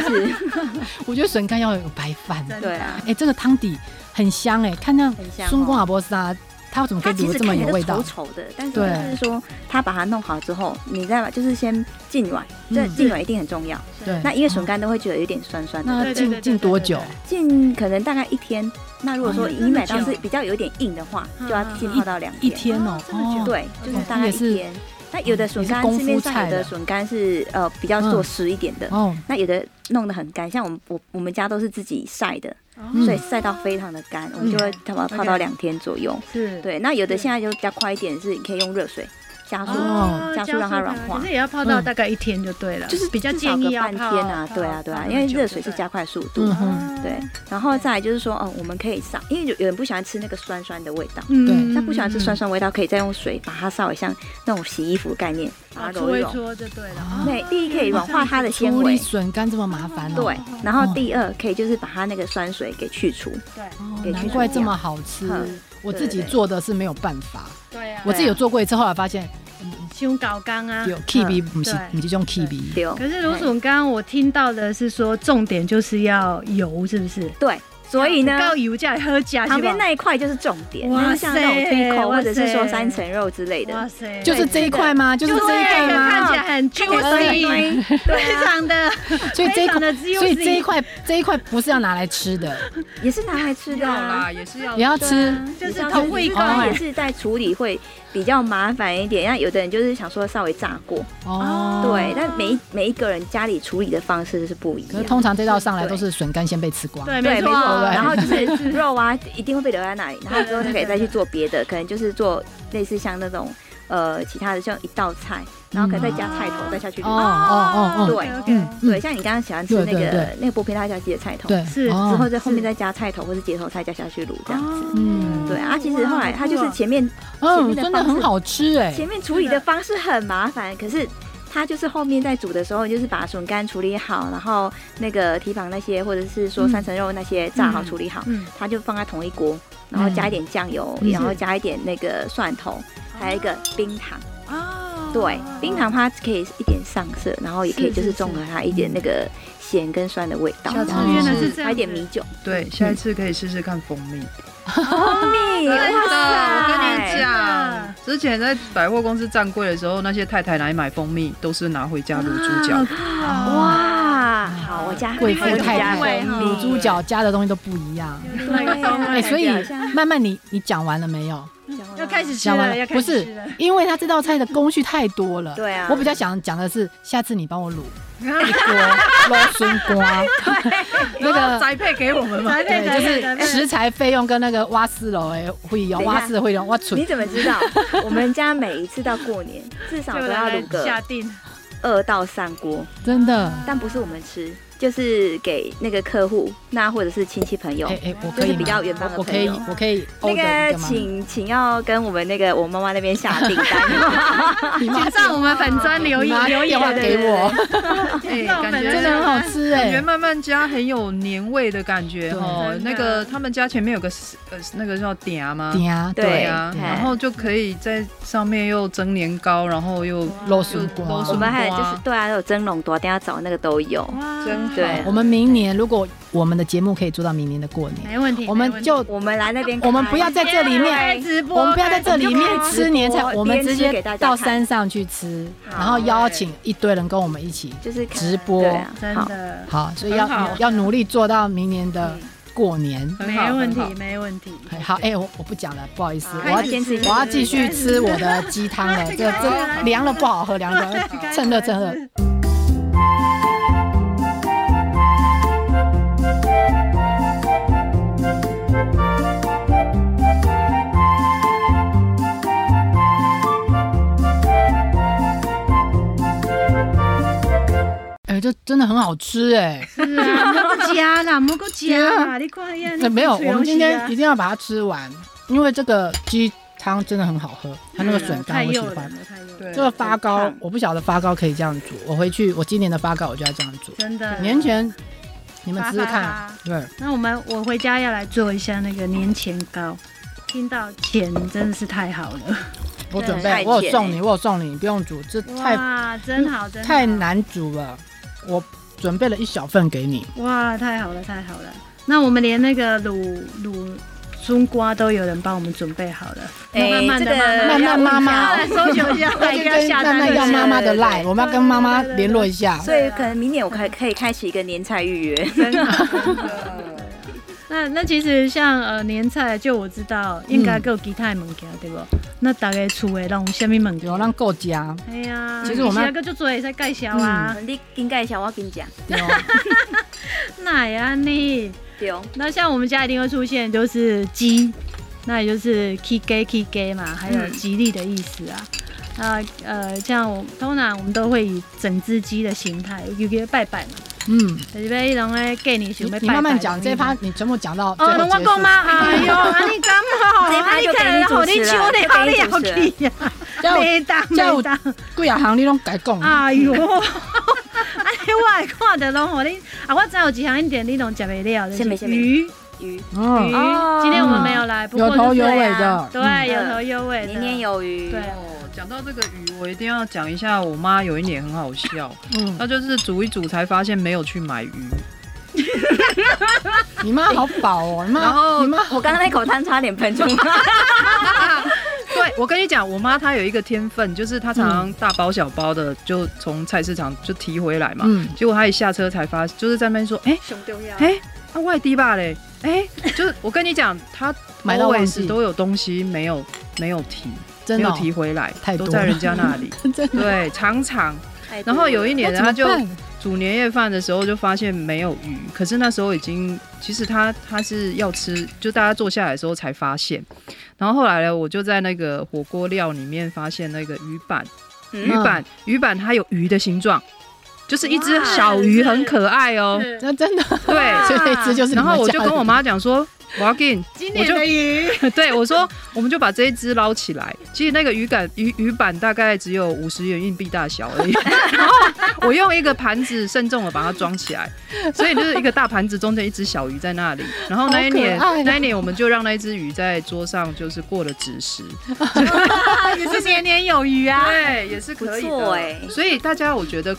Speaker 3: 是
Speaker 2: 我觉得笋干要有白饭。
Speaker 5: 真的
Speaker 3: 对啊
Speaker 2: 哎、这个汤底很香哎、看那
Speaker 3: 很香哦
Speaker 2: 松宫阿波斯啊，它怎么可
Speaker 3: 它
Speaker 2: 以
Speaker 3: 其
Speaker 2: 煮的
Speaker 3: 实
Speaker 2: 这么
Speaker 3: 看起
Speaker 2: 有
Speaker 3: 来
Speaker 2: 味
Speaker 3: 是
Speaker 2: 道
Speaker 3: 稠？稠的，但是就
Speaker 2: 对
Speaker 3: 是说它把它弄好之后，你再把就是先浸软，这
Speaker 2: 嗯
Speaker 3: 浸软一定很重要。
Speaker 2: 对，嗯
Speaker 3: 那因为笋干都会觉得有点酸酸的，
Speaker 2: 那
Speaker 5: 对对
Speaker 2: 浸
Speaker 5: 对
Speaker 2: 浸
Speaker 5: 对
Speaker 2: 多
Speaker 5: 对
Speaker 2: 久
Speaker 5: 对？
Speaker 3: 浸可能大概一天。那如果说
Speaker 5: 哦
Speaker 3: 你买到
Speaker 5: 这么
Speaker 3: 是
Speaker 5: 久
Speaker 3: 比较有点硬的话，就要浸泡到两
Speaker 2: 嗯一天哦
Speaker 5: 哦，这么久
Speaker 2: 哦，
Speaker 3: 对，嗯就是嗯大概
Speaker 2: 也
Speaker 3: 一
Speaker 2: 是
Speaker 3: 天。那有的笋干
Speaker 2: 也是功
Speaker 3: 市
Speaker 2: 夫
Speaker 3: 面上有
Speaker 2: 菜的
Speaker 3: 的笋干是呃比较做湿一点的，
Speaker 2: 哦，
Speaker 3: 那有的弄得很干，像我们我我们家都是自己晒的，
Speaker 5: 哦
Speaker 3: 所以晒到非常的干，啊我们就会它把它泡到两天左右。
Speaker 5: 是，
Speaker 3: 对，那有的现在就比较快一点，是你可以用热水加速呃
Speaker 2: 哦
Speaker 3: 加速让它软化嗯
Speaker 5: 可是也要泡到大概一天就对了，
Speaker 3: 就是
Speaker 5: 比较
Speaker 3: 至少
Speaker 5: 建议
Speaker 3: 个
Speaker 5: 要
Speaker 3: 半天
Speaker 5: 泡
Speaker 3: 啊，对啊，对啊，因为热水是加快速度，
Speaker 2: 嗯哼，
Speaker 3: 对，然后再来就是说，哦，我们可以上，因为有有人不喜欢吃那个酸酸的味道，
Speaker 5: 嗯
Speaker 2: 对
Speaker 3: 他不喜欢吃酸酸味道，可以再用水把它稍微像那种洗衣服的概念，把它揉
Speaker 5: 搓
Speaker 3: 一
Speaker 5: 一
Speaker 3: 揉。
Speaker 5: 搓就对
Speaker 2: 啊
Speaker 5: 了。
Speaker 3: 哦
Speaker 5: 哦
Speaker 3: 对，第一可以软化它的纤
Speaker 2: 处理
Speaker 3: 维，
Speaker 2: 笋干这么麻烦哦。
Speaker 3: 对，然后第二可以就是把它那个酸水给去除。
Speaker 5: 对
Speaker 2: 哦，
Speaker 3: 给
Speaker 2: 难
Speaker 3: 去
Speaker 2: 怪
Speaker 3: 煮
Speaker 2: 这
Speaker 3: 掉
Speaker 2: 么好吃
Speaker 3: 嗯。
Speaker 2: 我
Speaker 3: 对
Speaker 2: 自己
Speaker 3: 对
Speaker 2: 做的是没有办法，
Speaker 5: 对啊，
Speaker 2: 我自己有做过一次，后来发现
Speaker 5: 胸搞刚啊。
Speaker 2: 有 kiwi 不是
Speaker 5: 对
Speaker 2: 不是用 kiwi，
Speaker 3: 对哦，
Speaker 5: 可是芦笋刚刚我听到的是说，重点就是要油，是不是？
Speaker 3: 对，所以呢，
Speaker 5: 高油价喝假
Speaker 3: 旁边那一块就是重点，
Speaker 5: 哇
Speaker 3: 然后像那种
Speaker 5: 塞
Speaker 3: t 口
Speaker 5: 哇
Speaker 3: 或者是说
Speaker 5: 塞
Speaker 3: 三层肉之类的，
Speaker 5: 哇塞，
Speaker 2: 就是这一块吗？就是
Speaker 5: 对
Speaker 2: 这一块
Speaker 5: 看
Speaker 2: 吗？
Speaker 5: 起来很
Speaker 3: 对啊
Speaker 5: juicy，非常的
Speaker 2: 所以这一
Speaker 5: 非常
Speaker 2: 块，
Speaker 5: 的 juicy
Speaker 2: 所以这一块这一块不是要拿来吃的，
Speaker 3: 也是拿来吃的
Speaker 4: 要
Speaker 3: 啊。
Speaker 4: 啦，也是要
Speaker 2: 也要吃。
Speaker 5: 就是
Speaker 3: 像
Speaker 5: 同味
Speaker 3: 是
Speaker 5: 道
Speaker 3: 它
Speaker 2: 哎
Speaker 3: 也是在处理会比较麻烦一点。那有的人就是想说稍微炸过，
Speaker 2: 哦。
Speaker 3: 对，但每一每一个人家里处理的方式是不一
Speaker 2: 可是
Speaker 3: 样。
Speaker 2: 通常这道上来都是笋干先被吃光，
Speaker 5: 对，
Speaker 3: 对，没错。啊
Speaker 2: 对
Speaker 3: 然 后就是肉啊，一定会被留在那里，然后之后他可以再去做别的，可能就是做类似像那种呃其他的，像一道菜，然后可能再加菜头再下去
Speaker 2: 哦哦
Speaker 3: 卤。
Speaker 2: 哦哦，
Speaker 3: 对
Speaker 5: 嗯，
Speaker 3: 对，像你刚刚喜欢吃那
Speaker 2: 对对
Speaker 3: 个
Speaker 2: 对
Speaker 3: 那个剥皮辣椒鸡的菜头，
Speaker 2: 对，
Speaker 5: 是
Speaker 2: 哦
Speaker 3: 之后在后面再加菜头或是节头菜加下去卤这样子。
Speaker 5: 哦
Speaker 2: 嗯
Speaker 3: 对啊，其实后来它就是前面
Speaker 2: 嗯，
Speaker 3: 面的
Speaker 2: 真的
Speaker 3: 方式
Speaker 2: 很好吃哎，
Speaker 3: 前面处理的方式很麻烦，可是它就是后面在煮的时候，就是把笋干处理好，然后那个蹄膀那些，或者是说三层肉那些炸好处理好，
Speaker 5: 嗯
Speaker 3: 它就放在同一锅，然后加一点酱油，
Speaker 2: 嗯
Speaker 3: 然后加一点那个蒜头，还有一个冰糖。
Speaker 5: 哦
Speaker 3: 对，冰糖它可以一点上色，然后也可以
Speaker 5: 是
Speaker 3: 就是
Speaker 5: 是
Speaker 3: 综合它一点那个咸跟酸的味道。
Speaker 4: 下次
Speaker 2: 哦原来是
Speaker 5: 这样子
Speaker 3: 还有一点米酒，
Speaker 4: 对，下一次可以试试看蜂蜜。
Speaker 3: 蜂蜜，
Speaker 4: 真的，
Speaker 3: 哇
Speaker 4: 我跟你
Speaker 3: 塞！
Speaker 4: 讲，之前在百货公司站柜的时候，那些太太来买蜂蜜，都是拿回家卤猪脚。
Speaker 3: 哇，好，我家
Speaker 2: 贵妇
Speaker 3: 我
Speaker 2: 太
Speaker 3: 家
Speaker 2: 太
Speaker 3: 蜂蜜
Speaker 2: 卤猪脚加的东西都不一样。
Speaker 5: 嗯
Speaker 2: 哎、所以
Speaker 3: 感觉好像
Speaker 2: 慢慢你你讲完了没有？
Speaker 5: 要开始吃
Speaker 2: 讲完
Speaker 5: 了，要开
Speaker 2: 不
Speaker 5: 始
Speaker 2: 是
Speaker 5: 吃了。，
Speaker 2: 因为它这道菜的工序太多了。
Speaker 3: 对啊
Speaker 2: 我比较想讲的是，下次你帮我卤一锅捞笋 瓜，那个。
Speaker 4: 宅配给我们吗？
Speaker 5: 来
Speaker 2: 对，
Speaker 5: 来来
Speaker 2: 就是
Speaker 5: 来
Speaker 2: 食材费用跟那个挖四楼哎会用，
Speaker 3: 等一下
Speaker 2: 挖四的会用，挖
Speaker 3: 你
Speaker 2: 存
Speaker 3: 怎么知道？我们家每一次到过年，至少
Speaker 5: 就
Speaker 3: 都要
Speaker 5: 来
Speaker 3: 卤
Speaker 2: 哎
Speaker 5: 下
Speaker 3: 个
Speaker 5: 定，
Speaker 3: 二到三锅，
Speaker 2: 真的
Speaker 3: 但不是我们吃，就是给那个客户，那或者是亲戚朋友。
Speaker 2: 哎哎，我
Speaker 3: 哦就
Speaker 2: 可以
Speaker 3: 是
Speaker 2: 吗
Speaker 3: 比较远方的
Speaker 2: 我可
Speaker 3: 朋
Speaker 2: 以
Speaker 3: 友，
Speaker 2: 我可以
Speaker 3: 那
Speaker 2: order 一
Speaker 3: 个
Speaker 2: 吗？
Speaker 3: 请请要跟我们那个我妈妈那边下订单，
Speaker 2: 你妈
Speaker 5: 请上我们粉砖留
Speaker 2: 你
Speaker 5: 言
Speaker 2: 妈
Speaker 5: 留
Speaker 2: 电话
Speaker 5: 言，
Speaker 2: 给我，
Speaker 4: 哎
Speaker 5: 到
Speaker 4: 感
Speaker 5: 本
Speaker 4: 觉
Speaker 2: 真
Speaker 5: 人
Speaker 2: 的很好吃
Speaker 4: 感
Speaker 2: 哎
Speaker 4: 觉，慢慢加很有年味的感觉哦。
Speaker 5: 对
Speaker 4: 那个他们家前面有个呃那个叫鼎吗？
Speaker 2: 对啊
Speaker 3: 对
Speaker 2: 对
Speaker 4: 啊，
Speaker 2: 对
Speaker 4: 然后就可以在上面又蒸年糕，然后又
Speaker 2: 捞笋
Speaker 4: 捞
Speaker 2: 瓜，
Speaker 3: 我们还有就是对啊，有蒸笼多，等下找那个都有。
Speaker 5: 哇
Speaker 4: 真好
Speaker 3: 对
Speaker 2: 我们明年如果我们的节目可以做到明年的过年，
Speaker 3: 哎
Speaker 5: 没问题，
Speaker 2: 我
Speaker 5: 没问
Speaker 2: 们
Speaker 5: 题
Speaker 2: 就
Speaker 3: 我们来那边开，
Speaker 2: 我们不要在这里
Speaker 5: 开
Speaker 2: 面，
Speaker 5: 直播，
Speaker 2: 我们不要在这里面
Speaker 3: 我们就开直
Speaker 2: 吃
Speaker 3: 播
Speaker 2: 年菜，
Speaker 3: 边吃
Speaker 2: 我们直
Speaker 3: 给
Speaker 2: 接
Speaker 3: 大家看
Speaker 2: 到山上去吃，
Speaker 3: 好
Speaker 2: 然后邀请一堆人跟我们一起。
Speaker 3: 就是看
Speaker 2: 直播
Speaker 3: 对啊
Speaker 5: 真
Speaker 3: 好，
Speaker 5: 的
Speaker 2: 好，所以要
Speaker 4: 很好
Speaker 2: 要努力做到明年的过年。
Speaker 4: 很好
Speaker 5: 没问
Speaker 4: 很好
Speaker 5: 题，没问题。
Speaker 2: 好，哎，我我不讲了，不好意思，我要
Speaker 3: 好开始吃
Speaker 2: 我要继续吃我的鸡汤 了，这
Speaker 5: 开始
Speaker 2: 这凉了不好喝，凉了不好喝趁热趁热。哎，这真的很好吃哎！
Speaker 5: 是啊，蘑菇加啦，蘑菇加啊啦，你看呀，
Speaker 2: 哎，没有，我们今天一
Speaker 5: 经
Speaker 2: 定要把它吃完，因为这个鸡汤真的很好喝，它
Speaker 3: 嗯
Speaker 2: 那个
Speaker 5: 嗯
Speaker 2: 笋干我喜欢。，
Speaker 4: 对
Speaker 2: 这个发糕
Speaker 3: 很烫，
Speaker 2: 我不晓得发糕可以这样煮。我回去，我今年的发糕我就要这样煮。
Speaker 5: 真的
Speaker 2: 年。前你们
Speaker 5: 发
Speaker 2: 试试看
Speaker 5: 发，
Speaker 2: 对，
Speaker 5: 那我们我回家要来做一下那个年前糕，听到钱真的是太好了，
Speaker 2: 我准
Speaker 3: 太
Speaker 2: 备，
Speaker 3: 甜
Speaker 2: 我有送
Speaker 3: 欸
Speaker 2: 你，我有送你，你不用煮，这太
Speaker 5: 哇，真好，真好
Speaker 2: 太，难煮了。我准备了一小份给你，
Speaker 5: 哇，太好了，太好了。那我们连那个卤卤松瓜都有人帮我们准备好了，
Speaker 3: 哎
Speaker 5: 慢慢
Speaker 3: 这
Speaker 5: 的，
Speaker 3: 个
Speaker 5: 慢慢
Speaker 2: 慢
Speaker 5: 地
Speaker 2: 慢妈妈，
Speaker 5: 来搜寻一下，大
Speaker 2: 跟
Speaker 5: 家下
Speaker 2: 慢
Speaker 5: 单
Speaker 2: 慢要妈妈的
Speaker 3: 对对
Speaker 2: 赖，
Speaker 3: 对
Speaker 2: 我们要跟妈妈联络一下。
Speaker 3: 所以可能明年我可以可以开启一个年菜预约。
Speaker 5: 真的。那那其实像呃年菜，就我知道应该够其他的物件、对不？那大概厝的拢什么物
Speaker 2: 有
Speaker 5: 件？
Speaker 2: 让够加，
Speaker 5: 哎呀，
Speaker 2: 其实我们
Speaker 5: 那个就做会使介绍啊，
Speaker 3: 你应该想我跟你讲，
Speaker 2: 对哦
Speaker 5: 那也安尼。
Speaker 3: 对哦，
Speaker 5: 那像我们家一定会出现
Speaker 2: 嗯
Speaker 5: 就是鸡，那也就是 k i g a k i g a 嘛，还有吉利的意思啊。啊呃，像我通常我们都会以整只鸡的形态，有些拜拜嘛，
Speaker 2: 嗯，
Speaker 5: 就是要迄种咧过年想
Speaker 2: 你
Speaker 5: 要拜拜。
Speaker 2: 你慢慢讲，这一趴你全部讲到最
Speaker 5: 哦，
Speaker 2: 后
Speaker 5: 龙
Speaker 2: 结
Speaker 5: 王
Speaker 2: 束。
Speaker 5: 公吗？哎呦，啊你干嘛？
Speaker 3: 这一趴就给你主持了
Speaker 5: 你好你好
Speaker 3: 就给
Speaker 5: 你呀，
Speaker 2: 要有
Speaker 5: 没当
Speaker 2: 要有
Speaker 5: 没当，
Speaker 2: 贵啊行你拢改讲，
Speaker 5: 哎呦， 啊你我会看着拢互你，啊我知有一项一点你拢食袂了，就是
Speaker 3: 什么什么
Speaker 5: 鱼鱼。
Speaker 3: 鱼
Speaker 2: 嗯，
Speaker 3: 哦
Speaker 5: 今天我们没有来，不过
Speaker 2: 有
Speaker 5: 就
Speaker 2: 头
Speaker 5: 是
Speaker 2: 有尾
Speaker 3: 对
Speaker 2: 的
Speaker 3: 啊，
Speaker 2: 嗯
Speaker 5: 对有头有尾的，
Speaker 3: 年年有余。
Speaker 5: 对
Speaker 4: 哦，讲到这个鱼，我一定要讲一下，我妈有一年很好笑，
Speaker 2: 嗯，
Speaker 4: 她就是煮一煮才发现没有去买鱼，
Speaker 2: 你妈好饱 哦，你
Speaker 4: 然
Speaker 2: 妈
Speaker 4: 后
Speaker 2: 你妈
Speaker 3: 我刚刚那口汤差点喷出 来。
Speaker 4: 对，我跟你讲，我妈她有一个天分，就是她常常大包小包的就从菜市场就提回来嘛。
Speaker 2: 嗯
Speaker 4: 结果她一下车才发，就是在那边说，哎、
Speaker 5: 熊丢呀
Speaker 4: 哎、啊外地吧嘞，哎、就是我跟你讲，她
Speaker 2: 买到忘
Speaker 4: always
Speaker 2: 记
Speaker 4: 都有东西没有没有提，
Speaker 2: 真
Speaker 4: 没
Speaker 2: 的
Speaker 4: 有
Speaker 2: 哦
Speaker 4: 提回来，
Speaker 2: 太多
Speaker 4: 都
Speaker 2: 了
Speaker 4: 在人家那里。
Speaker 2: 真 的，
Speaker 4: 对，常常。然后有一 年
Speaker 2: 那怎
Speaker 4: 她
Speaker 2: 么
Speaker 4: 就
Speaker 2: 办
Speaker 4: 煮年夜饭的时候就发现没有鱼，可是那时候已经，其实他他是要吃，就大家坐下来的时候才发现。然后后来呢，我就在那个火锅料里面发现那个鱼板，
Speaker 3: 嗯
Speaker 4: 鱼板，鱼板它有鱼的形状，就是一只
Speaker 5: 哇
Speaker 4: 小鱼，很可爱哦。
Speaker 5: 是
Speaker 2: 那 真的，
Speaker 4: 对，
Speaker 2: 所以那只就是你
Speaker 4: 啊
Speaker 2: 们家的。
Speaker 4: 然后我就跟我妈讲说，我要给你，
Speaker 5: 今
Speaker 4: 我
Speaker 5: 年
Speaker 4: 就
Speaker 5: 的鱼，
Speaker 4: 对我说，我们就把这一只捞起来。其实那个鱼竿鱼鱼板大概只有五十元硬币大小而已。 然后我用一个盘子慎重的把它装起来，所以就是一个大盘子中间一只小鱼在那里。然后那一年，
Speaker 2: 好可爱哦
Speaker 4: 那一年我们就让那一只鱼在桌上就是过了子时，
Speaker 5: 也是年年有余啊。
Speaker 4: 对，也是可以
Speaker 3: 不错
Speaker 4: 的。
Speaker 3: 欸
Speaker 4: 所以大家我觉得。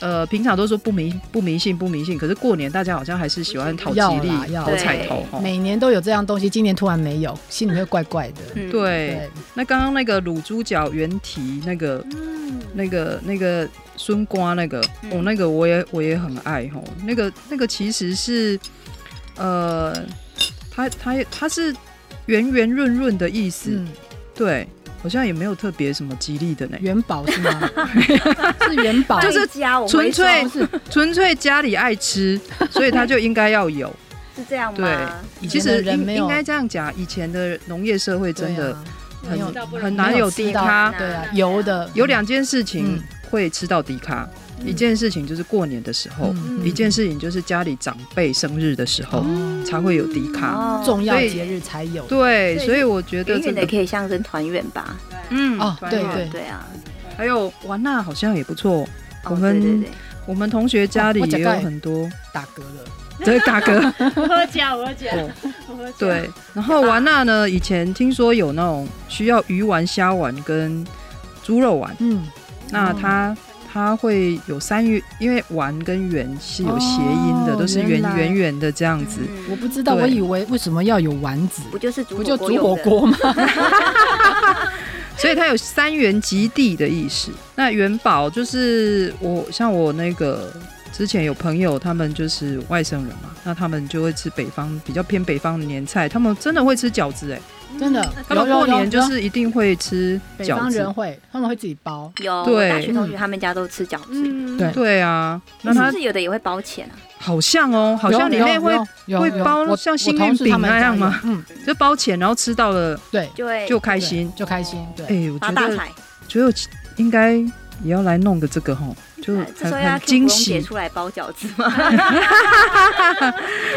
Speaker 4: 呃，平常都说不迷不迷信不迷信，可是过年大家好像还是喜欢讨吉
Speaker 2: 要
Speaker 4: 利
Speaker 2: 啦、要
Speaker 4: 讨彩
Speaker 3: 对
Speaker 4: 头。哦
Speaker 2: 每年都有这样东西，今年突然没有，心里会怪怪的。
Speaker 3: 嗯，
Speaker 4: 对，
Speaker 2: 对，
Speaker 4: 那刚刚那个卤猪脚原蹄那个，
Speaker 2: 嗯
Speaker 4: 那个那个孙瓜那个，
Speaker 3: 嗯
Speaker 4: 哦，那个我也我也很爱吼，那个那个其实是，呃，它它它是圆圆润润的意思，
Speaker 2: 嗯，
Speaker 4: 对，好像也没有特别什么吉利的呢，
Speaker 2: 元宝 是吗？是元宝，
Speaker 4: 就是
Speaker 3: 家我
Speaker 4: 纯
Speaker 3: 回收
Speaker 4: 粹
Speaker 2: 啊是
Speaker 4: 纯粹家里 爱吃，所以它就应该要有。
Speaker 3: 是这样
Speaker 4: 对
Speaker 3: 吗？
Speaker 2: 以
Speaker 4: 其
Speaker 2: 前的
Speaker 4: 实
Speaker 2: 人
Speaker 4: 应
Speaker 2: 没有
Speaker 4: 应该这样讲，以前的农业社会真的
Speaker 2: 啊没
Speaker 4: 很、
Speaker 2: 有
Speaker 4: 很难有低咖。
Speaker 3: 啊
Speaker 2: 对啊，油的
Speaker 4: 有两件事情
Speaker 2: 嗯
Speaker 4: 会吃到迪卡，一件事情就是过年的时候，
Speaker 2: 嗯
Speaker 4: 一件事情就是家里长辈生日的时候、
Speaker 2: 哦
Speaker 4: 才会有迪卡。
Speaker 3: 哦
Speaker 2: 重要
Speaker 4: 所以
Speaker 2: 节日才有。
Speaker 4: 对，所以我觉得
Speaker 3: 远
Speaker 4: 这
Speaker 3: 远的
Speaker 4: 个，
Speaker 3: 可以象征团圆吧？
Speaker 4: 嗯
Speaker 2: 哦
Speaker 4: 团
Speaker 2: 对
Speaker 4: 圆
Speaker 2: 对
Speaker 3: 对啊，
Speaker 4: 还有玩那好像也不错。
Speaker 3: 哦
Speaker 4: 我们
Speaker 3: 对对对，
Speaker 4: 我们同学家里
Speaker 2: 哇我
Speaker 4: 也有
Speaker 2: 大概
Speaker 4: 很多，
Speaker 2: 打嗝了，
Speaker 4: 对大哥，
Speaker 5: 我喝酒，我喝酒，
Speaker 4: 哦
Speaker 5: 我喝酒。
Speaker 4: 对。然后玩那呢，以前听说有那种需要鱼丸、虾丸跟猪肉丸，
Speaker 2: 嗯，
Speaker 4: 那
Speaker 2: 哦
Speaker 4: 它它会有三元，因为丸跟圆是有谐音的，
Speaker 2: 哦
Speaker 4: 都是圆
Speaker 2: 原来
Speaker 4: 圆圆的这样子。
Speaker 3: 嗯
Speaker 2: 我不知道，
Speaker 4: 对
Speaker 2: 我以为为什么要有丸子，
Speaker 3: 不就是煮
Speaker 2: 不就煮火
Speaker 3: 火
Speaker 2: 锅 吗？
Speaker 4: 所以它有三元极地的意思。那元宝就是我，像我那个之前有朋友，他们就是外省人嘛，那他们就会吃北方比较偏北方的年菜，他们真的会吃饺子哎、
Speaker 2: 真的，
Speaker 4: 他们
Speaker 2: 啊有有
Speaker 4: 过年
Speaker 2: 有
Speaker 4: 就是一一定会吃
Speaker 2: 北
Speaker 4: 饺
Speaker 2: 方人
Speaker 4: 子。
Speaker 2: 会，他们会自己包，
Speaker 3: 有，我
Speaker 4: 对
Speaker 3: 大学同学他们家都吃饺子，
Speaker 5: 嗯，
Speaker 2: 对
Speaker 4: 对啊，那
Speaker 3: 是不
Speaker 4: 它
Speaker 3: 是有的也会包钱啊？
Speaker 4: 好像哦，好像里面会
Speaker 2: 嗯有有有
Speaker 4: 会
Speaker 2: 有
Speaker 4: 包
Speaker 2: 我
Speaker 4: 像
Speaker 2: 我
Speaker 4: 幸运
Speaker 2: 同事他们
Speaker 4: 饼那
Speaker 2: 家
Speaker 4: 样
Speaker 2: 有
Speaker 4: 吗？
Speaker 2: 嗯，
Speaker 4: 就包钱，然后吃到了
Speaker 2: 对，
Speaker 3: 就会
Speaker 4: 就开心。
Speaker 2: 就开心，
Speaker 4: 哎、
Speaker 2: 哎对，
Speaker 4: 我
Speaker 3: 发
Speaker 4: 觉
Speaker 3: 大
Speaker 4: 得
Speaker 3: 财。
Speaker 4: 觉得应该也要来弄个这个吼，就
Speaker 3: 呃这
Speaker 4: 很
Speaker 3: 时候要
Speaker 4: 很
Speaker 3: Q
Speaker 4: 惊
Speaker 3: 芙蓉姐
Speaker 4: 喜。
Speaker 3: 出来包饺子吗？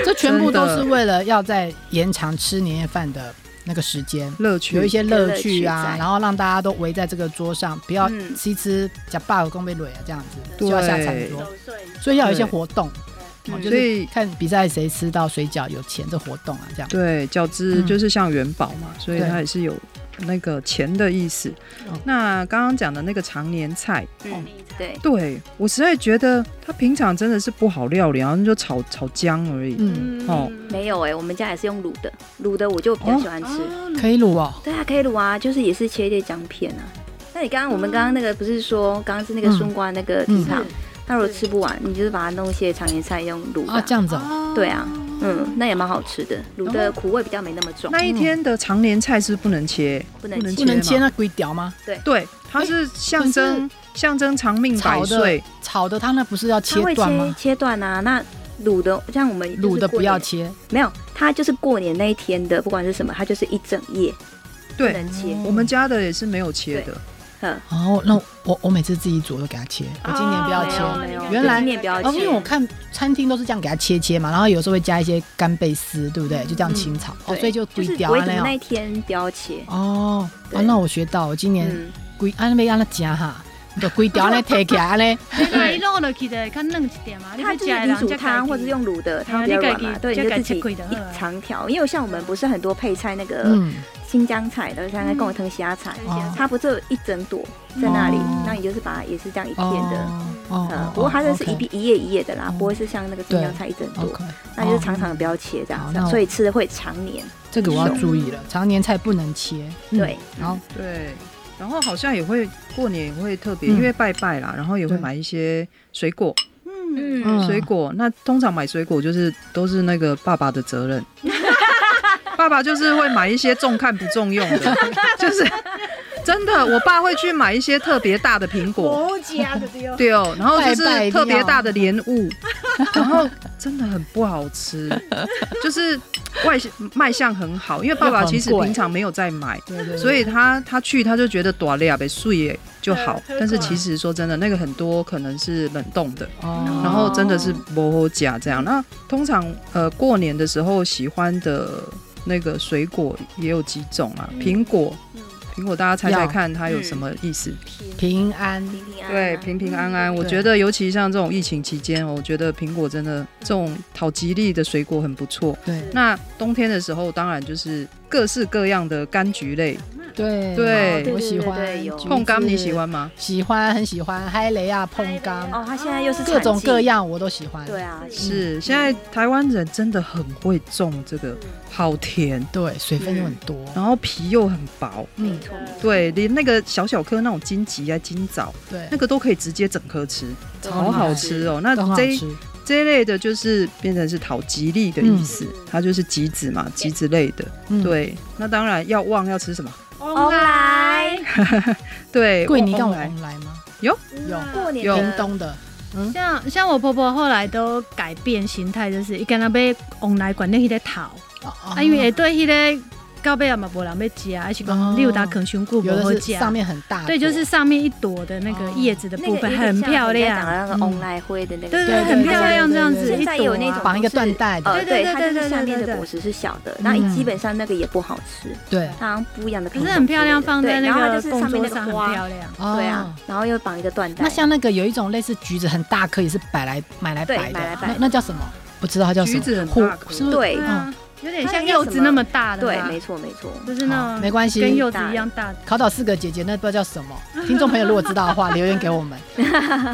Speaker 2: 这全部都
Speaker 4: 真
Speaker 2: 是
Speaker 4: 的
Speaker 2: 为了要在延长吃年夜饭的那个时间。
Speaker 4: 乐趣
Speaker 2: 有一些乐趣
Speaker 3: 有乐趣
Speaker 2: 啊，
Speaker 3: 在
Speaker 2: 然后让大家都围在这个桌上，不要
Speaker 3: 嗯
Speaker 2: 吃一吃假爸公被累啊这样子，就要下餐桌，
Speaker 5: 守岁
Speaker 2: 所以要有一些
Speaker 4: 对
Speaker 2: 活动，哦
Speaker 3: 嗯
Speaker 2: 就
Speaker 4: 所
Speaker 2: 是
Speaker 4: 以
Speaker 2: 看比赛谁吃到水饺有钱这活动啊这样。
Speaker 4: 对，饺子
Speaker 2: 嗯
Speaker 4: 就是像元宝嘛，所以
Speaker 2: 对
Speaker 4: 它也是有那个钱的意思
Speaker 2: 哦。
Speaker 4: 那刚刚讲的那个常年菜，
Speaker 3: 嗯，对，
Speaker 4: 对我实在觉得它平常真的是不好料理，然后就炒炒姜而已。
Speaker 2: 嗯，
Speaker 5: 嗯
Speaker 4: 哦
Speaker 3: 没有哎，我们家也是用卤的，卤的我就比较喜欢吃。
Speaker 2: 可以卤哦，
Speaker 3: 对啊，可以卤啊，就是也是切一些姜片啊。那你刚刚我们刚刚那个不是说，刚刚是那个
Speaker 2: 嗯
Speaker 3: 松瓜那个
Speaker 2: 嗯
Speaker 3: 地上，那如果吃不完，你就是把它弄一些常年菜用卤的
Speaker 2: 啊
Speaker 3: 啊
Speaker 2: 这。样子哦，
Speaker 3: 对啊，嗯，那也蛮好吃的，卤
Speaker 2: 哦
Speaker 3: 的苦味比较没那么重，
Speaker 4: 那一天的常年菜是不能切，
Speaker 3: 不能
Speaker 4: 能
Speaker 2: 不
Speaker 3: 切。
Speaker 2: 能切
Speaker 4: 吗
Speaker 2: 那龟条吗？
Speaker 4: 对，它
Speaker 2: 哎
Speaker 4: 是象征象征长命百
Speaker 2: 炒的
Speaker 4: 岁。
Speaker 2: 炒的它那不是要
Speaker 3: 它
Speaker 2: 切
Speaker 3: 会
Speaker 2: 断
Speaker 3: 切
Speaker 2: 吗？
Speaker 3: 切断啊，那卤的像我们就是
Speaker 2: 卤的
Speaker 3: 过
Speaker 2: 不要
Speaker 3: 年，
Speaker 2: 切，
Speaker 3: 没有，它就是过年那一天的，不管是什么，它就是一整夜不
Speaker 4: 对，
Speaker 3: 能切，
Speaker 2: 哦
Speaker 4: 我们家的也是没有切的，
Speaker 3: 特，
Speaker 2: 哦，那我我每次自己煮都给它切，我今年不要
Speaker 5: 哦
Speaker 2: 切。
Speaker 5: 没有
Speaker 3: 没有
Speaker 2: 原来
Speaker 3: 今年不要切
Speaker 2: 哦，因为我看餐厅都是这样给它切切嘛，然后有时候会加一些干贝丝，对不对？就这样清炒，哦，
Speaker 3: 嗯对
Speaker 2: 所以就
Speaker 3: 就是
Speaker 2: 龟雕
Speaker 3: 唯独
Speaker 2: 那
Speaker 3: 那
Speaker 2: 样。
Speaker 3: 一天不要切。
Speaker 2: 哦，啊，
Speaker 3: 对
Speaker 2: 那我学到，我今年
Speaker 3: 嗯，
Speaker 2: 龟安贝安那加哈，就龟雕那提起来安 尼，
Speaker 5: 那伊弄落去的，较嫩一点嘛。你
Speaker 3: 它
Speaker 5: 要
Speaker 3: 就是
Speaker 5: 吃的
Speaker 3: 你
Speaker 5: 人
Speaker 3: 煮
Speaker 5: 才
Speaker 3: 汤
Speaker 5: 自己
Speaker 3: 或者是用卤的，
Speaker 5: 哎
Speaker 3: 它
Speaker 5: 呀
Speaker 3: 比较
Speaker 5: 你
Speaker 3: 软
Speaker 5: 自己
Speaker 3: 嘛，啊对，你就自
Speaker 5: 自己
Speaker 3: 己
Speaker 5: 切开就好了
Speaker 3: 一长条。因为像我们不是很多配菜那个
Speaker 2: 嗯，
Speaker 3: 新疆菜的，像那贡藤西亚菜，
Speaker 2: 哦
Speaker 3: 它不是有一整朵在那里
Speaker 2: 哦，
Speaker 3: 那你就是把它也是这样一片的。
Speaker 2: 哦哦
Speaker 3: 嗯
Speaker 2: 哦，，
Speaker 3: 不过它这是一
Speaker 2: OK
Speaker 3: 片一页一页的啦
Speaker 2: 哦，
Speaker 3: 不会是像那个新疆菜一整朵，
Speaker 2: OK，
Speaker 3: 那就是
Speaker 2: 哦
Speaker 3: 长长的不要切这
Speaker 2: 好
Speaker 3: 样
Speaker 2: 那我
Speaker 3: 子，啊所以吃的会常年。
Speaker 2: 这个我要注意了，常年菜不能切。嗯
Speaker 3: 对，
Speaker 2: 然后
Speaker 4: 对，然后好像也会过年也会特
Speaker 2: 嗯
Speaker 4: 别，因为拜拜啦，然后也会
Speaker 2: 对
Speaker 4: 买一些水果，
Speaker 3: 嗯，
Speaker 2: 嗯
Speaker 4: 水果。那通常买水果就是都是那个爸爸的责任， 爸爸就是会买一些重看不重用的，就是真的，我爸会去买一些特别大的苹果。
Speaker 5: 国家的 对哦。
Speaker 4: 对哦，然后就
Speaker 2: 拜拜一定
Speaker 4: 是
Speaker 2: 要
Speaker 4: 特别大的莲雾， 然后真的很不好吃，就是外卖相很好，因为爸爸其实
Speaker 2: 又很贵
Speaker 4: 平常没有在买，
Speaker 2: 对对对
Speaker 4: 所以他他去他就觉得短了呗，碎耶就好。
Speaker 5: 对
Speaker 4: 但是其实说真的，那个很多可能是冷冻的，
Speaker 2: 哦
Speaker 4: 然后真的是不好假这样。那通常呃过年的时候喜欢的那个水果也有几种啊，
Speaker 2: 嗯
Speaker 4: 苹果，
Speaker 3: 嗯
Speaker 4: 苹果大家猜猜看它有什么意思？
Speaker 2: 平安
Speaker 3: 平平安安
Speaker 4: 对，平平安安。我
Speaker 2: 对
Speaker 4: 觉得尤其像这种疫情期间，我觉得苹果真的这种讨吉利的水果很不错。
Speaker 2: 对
Speaker 4: 那冬天的时候，当然就是各式各样的柑橘类，
Speaker 2: 对
Speaker 4: 对
Speaker 2: 我喜欢
Speaker 3: 对对对有
Speaker 2: 橘子
Speaker 4: 碰柑你喜？欢吗？
Speaker 2: 喜欢，很喜欢嗨雷亚碰柑，
Speaker 3: 哦，它现在又是
Speaker 2: 各种
Speaker 3: 产季
Speaker 2: 各，样我都喜欢。
Speaker 3: 对啊，
Speaker 4: 是，现在台湾人真的很会种这个，好甜，
Speaker 2: 对，水分又很多。
Speaker 4: 然后皮又很薄，
Speaker 3: 嗯没
Speaker 2: 嗯，
Speaker 3: 错，
Speaker 4: 对，连那个小小颗那种荆棘啊、金枣，
Speaker 2: 对
Speaker 4: 那，个都可以直接整颗吃，
Speaker 3: 对
Speaker 4: 好好吃哦。那
Speaker 2: 都很好
Speaker 4: 这一
Speaker 2: 吃。
Speaker 4: 这一类的就是变成是讨吉利的意思，
Speaker 3: 嗯
Speaker 4: 它就是橘子嘛，橘子类的。
Speaker 2: 嗯，
Speaker 4: 对，那当然要旺要吃什么？
Speaker 3: 哦来，
Speaker 4: 对，
Speaker 2: 桂林跟我
Speaker 4: 旺来
Speaker 2: 红来吗？有
Speaker 5: 有
Speaker 3: 过年
Speaker 4: 有
Speaker 2: 屏
Speaker 3: 的
Speaker 2: 东的
Speaker 5: 像像我婆婆后来都改变形态，就是伊敢若要往来管那迄个头，
Speaker 2: 啊
Speaker 3: 哦
Speaker 5: 啊，因为会对迄个到尾也啊嘛无人要食，还是
Speaker 2: 哦
Speaker 5: 讲你有打啃熊骨无
Speaker 2: 有
Speaker 5: 好
Speaker 2: 的是。
Speaker 5: 食
Speaker 2: 上面很大，
Speaker 5: 对，就是上面一朵的那个叶子的
Speaker 3: 哦那
Speaker 5: 部
Speaker 3: 个
Speaker 5: 分
Speaker 3: 有点
Speaker 5: 很
Speaker 3: 像
Speaker 5: 漂
Speaker 3: 人家讲的那
Speaker 5: 亮，
Speaker 2: 嗯
Speaker 3: 个红来灰的那个，
Speaker 5: 对
Speaker 2: 对对
Speaker 5: 对，很
Speaker 2: 对
Speaker 5: 漂亮，这样
Speaker 2: 对
Speaker 5: 子
Speaker 2: 对
Speaker 5: 一
Speaker 3: 现
Speaker 5: 朵
Speaker 3: 在也有那
Speaker 5: 啊
Speaker 3: 种
Speaker 2: 绑一个
Speaker 3: 就是
Speaker 2: 缎带的
Speaker 3: 呃，
Speaker 5: 对对
Speaker 3: 对，
Speaker 5: 对
Speaker 3: 它就是
Speaker 5: 对
Speaker 3: 下面
Speaker 5: 对对
Speaker 3: 的果实是小的，那
Speaker 2: 嗯
Speaker 3: 基本上那个也不好吃，
Speaker 2: 对
Speaker 3: 它好像不一样的品
Speaker 5: 可
Speaker 3: 种之类的。
Speaker 5: 是很漂亮，放在
Speaker 3: 对
Speaker 5: 那
Speaker 3: 然后它
Speaker 5: 个
Speaker 3: 就是
Speaker 5: 供
Speaker 3: 上面那
Speaker 5: 桌
Speaker 3: 个
Speaker 5: 上很
Speaker 3: 花
Speaker 5: 漂，亮。
Speaker 3: 对啊。，然后又绑一个缎带。
Speaker 2: 哦那像那个有一种类似橘子很大颗，也是摆来买来摆
Speaker 3: 对
Speaker 2: 的
Speaker 3: 买来
Speaker 2: 那
Speaker 3: 摆的
Speaker 2: 那叫什么？不知道它叫什么。
Speaker 4: 橘子很
Speaker 2: 虎
Speaker 4: 大颗
Speaker 2: 是不是？
Speaker 3: 对
Speaker 5: 对啊，有点
Speaker 3: 它
Speaker 5: 像
Speaker 3: 那叫
Speaker 5: 柚
Speaker 3: 什
Speaker 5: 子那么
Speaker 3: 么
Speaker 5: 大的吧，
Speaker 3: 对，没错没错，
Speaker 5: 就是
Speaker 2: 好
Speaker 5: 那种
Speaker 2: 没关系
Speaker 5: 跟柚子一样大的。
Speaker 2: 考倒四个姐姐，那不知道叫什 么。听众朋友如果知道的话，留言给我们。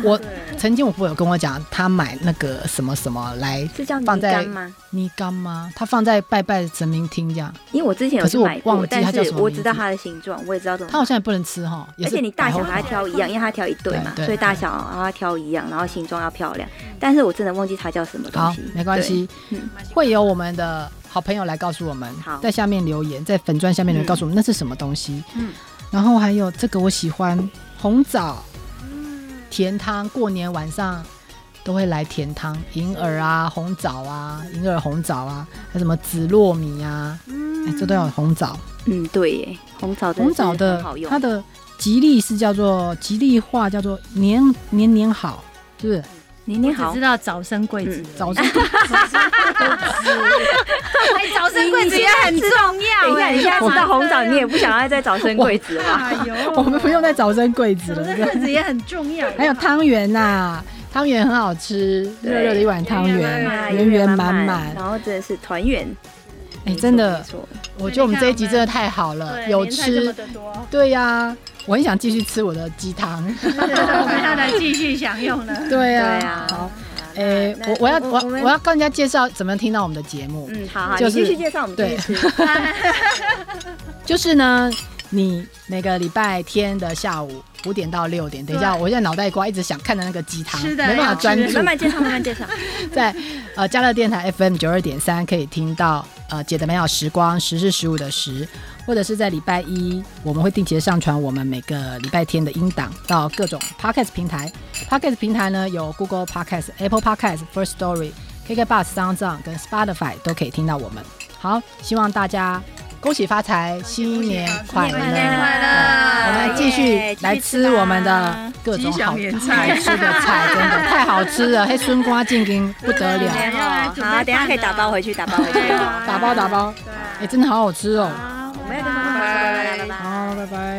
Speaker 2: 我曾经我朋友跟我讲，他买那个什么什么来
Speaker 3: 是叫泥
Speaker 2: 放在
Speaker 3: 干吗？
Speaker 2: 泥干吗？他放在拜拜神明厅这样，
Speaker 3: 因为我之前有
Speaker 2: 可是
Speaker 3: 去
Speaker 2: 我
Speaker 3: 买
Speaker 2: 忘
Speaker 3: 过
Speaker 2: 记，它
Speaker 3: 但
Speaker 2: 叫什
Speaker 3: 是
Speaker 2: 么
Speaker 3: 我
Speaker 2: 名
Speaker 3: 知道
Speaker 2: 字
Speaker 3: 它的形状，我也知道怎么
Speaker 2: 他好像也不能吃哈，也
Speaker 3: 而
Speaker 2: 是
Speaker 3: 且你大小
Speaker 2: 百
Speaker 3: 把它
Speaker 2: 货
Speaker 3: 挑一样，因为它挑一对嘛，
Speaker 2: 对对
Speaker 3: 所以大小然后它挑一样，然后形状要漂亮。但是我真的忘记它叫什么东
Speaker 2: 好
Speaker 3: 西，，
Speaker 2: 没关系
Speaker 3: 对嗯，
Speaker 2: 会有我们的好朋友来告诉我们
Speaker 3: 好，
Speaker 2: 在下面留言，在粉钻下面留言
Speaker 3: 嗯
Speaker 2: 告诉我们那是什么东西。
Speaker 3: 嗯，
Speaker 2: 然后还有这个我喜欢红枣，甜汤，过年晚上都会来甜汤，银耳啊，红枣啊，银耳红枣啊，还有什么紫糯米啊，哎，这都有红枣。
Speaker 3: 对。嗯，对耶，红枣真
Speaker 2: 红
Speaker 3: 的是
Speaker 2: 枣的
Speaker 3: 很好用
Speaker 2: 它。的吉利是叫做吉利话叫做年年年好，是不是？
Speaker 3: 年年
Speaker 5: 只
Speaker 3: 好
Speaker 5: 知，道早生贵子
Speaker 3: 嗯，
Speaker 2: 早知
Speaker 5: 哎，
Speaker 3: 哦
Speaker 5: 早生贵子也很重
Speaker 3: 等
Speaker 5: 要
Speaker 3: 一下，
Speaker 5: 哎。
Speaker 3: 你现在知道红枣，你也
Speaker 5: 不
Speaker 3: 不想要再找生贵子了吧？
Speaker 5: 哎 呦，
Speaker 2: 我们不用再 早生贵子
Speaker 5: 早
Speaker 2: 了，
Speaker 5: 生
Speaker 2: 对
Speaker 5: 贵子也很重要。
Speaker 2: 还有汤圆呐、汤圆很好吃，
Speaker 3: 对
Speaker 2: 热热的一碗汤圆，
Speaker 3: 啊
Speaker 2: 嗯圆圆满满。
Speaker 3: 然后真的是团圆。
Speaker 2: 哎，
Speaker 3: 没错
Speaker 2: 真的
Speaker 3: 没，错
Speaker 2: 我觉得我们这一集真的太好了，
Speaker 5: 对
Speaker 2: 有
Speaker 5: 年菜这么
Speaker 2: 吃。
Speaker 5: 的 多，
Speaker 2: 对呀、我很想继续吃我的鸡汤。
Speaker 5: 我们要来继续享用了。
Speaker 2: 对
Speaker 3: 对
Speaker 2: 呀、
Speaker 3: 啊。
Speaker 2: 好，
Speaker 3: 那
Speaker 2: 哎，
Speaker 3: 那
Speaker 2: 我我要
Speaker 3: 我
Speaker 2: 我
Speaker 3: 我们
Speaker 2: 我要跟人家介绍怎么听到我们的节目，
Speaker 3: 嗯，好好，
Speaker 2: 就
Speaker 3: 你
Speaker 2: 是
Speaker 3: 继续介绍我们继续吃。
Speaker 2: 就是呢，你每个礼拜天的下午五点到六点，等一下，我现在脑袋瓜一直想看的那个鸡汤，
Speaker 5: 吃
Speaker 2: 没
Speaker 5: 的
Speaker 2: 办法
Speaker 5: 要
Speaker 2: 专
Speaker 5: 吃
Speaker 2: 注
Speaker 3: 慢。慢介绍，慢慢介 绍。
Speaker 2: 在呃加乐电台 FM 九二点三可以听到呃姐的美好时光，十是十五的十，或者是在礼拜一我们会定期的上传我们每个礼拜天的音档到各种 Podcast 平台。Podcast 平台呢有 Google Podcast、Apple Podcast、First Story、KK Bus、Sound On 跟 Spotify 都可以听到我们。好，希望大家恭喜发财，新年快乐！
Speaker 4: 新年快乐
Speaker 2: 我啊们继续
Speaker 3: 嗯耶
Speaker 2: 来吃我们的各种
Speaker 4: 吉
Speaker 2: 好
Speaker 4: 祥野
Speaker 2: 好
Speaker 4: 菜
Speaker 2: 吃的菜，真的太好吃了，黑 笋瓜进京不得了，
Speaker 3: 对
Speaker 5: 要来
Speaker 3: 哦
Speaker 5: 准备
Speaker 3: 好，等一下可以打包回去，打包回去哦。
Speaker 5: 啊
Speaker 2: 打包打包，哎，真的好好吃哦。
Speaker 5: 好，
Speaker 3: 我们要跟他们拜拜拜拜拜拜。
Speaker 2: 好，拜拜。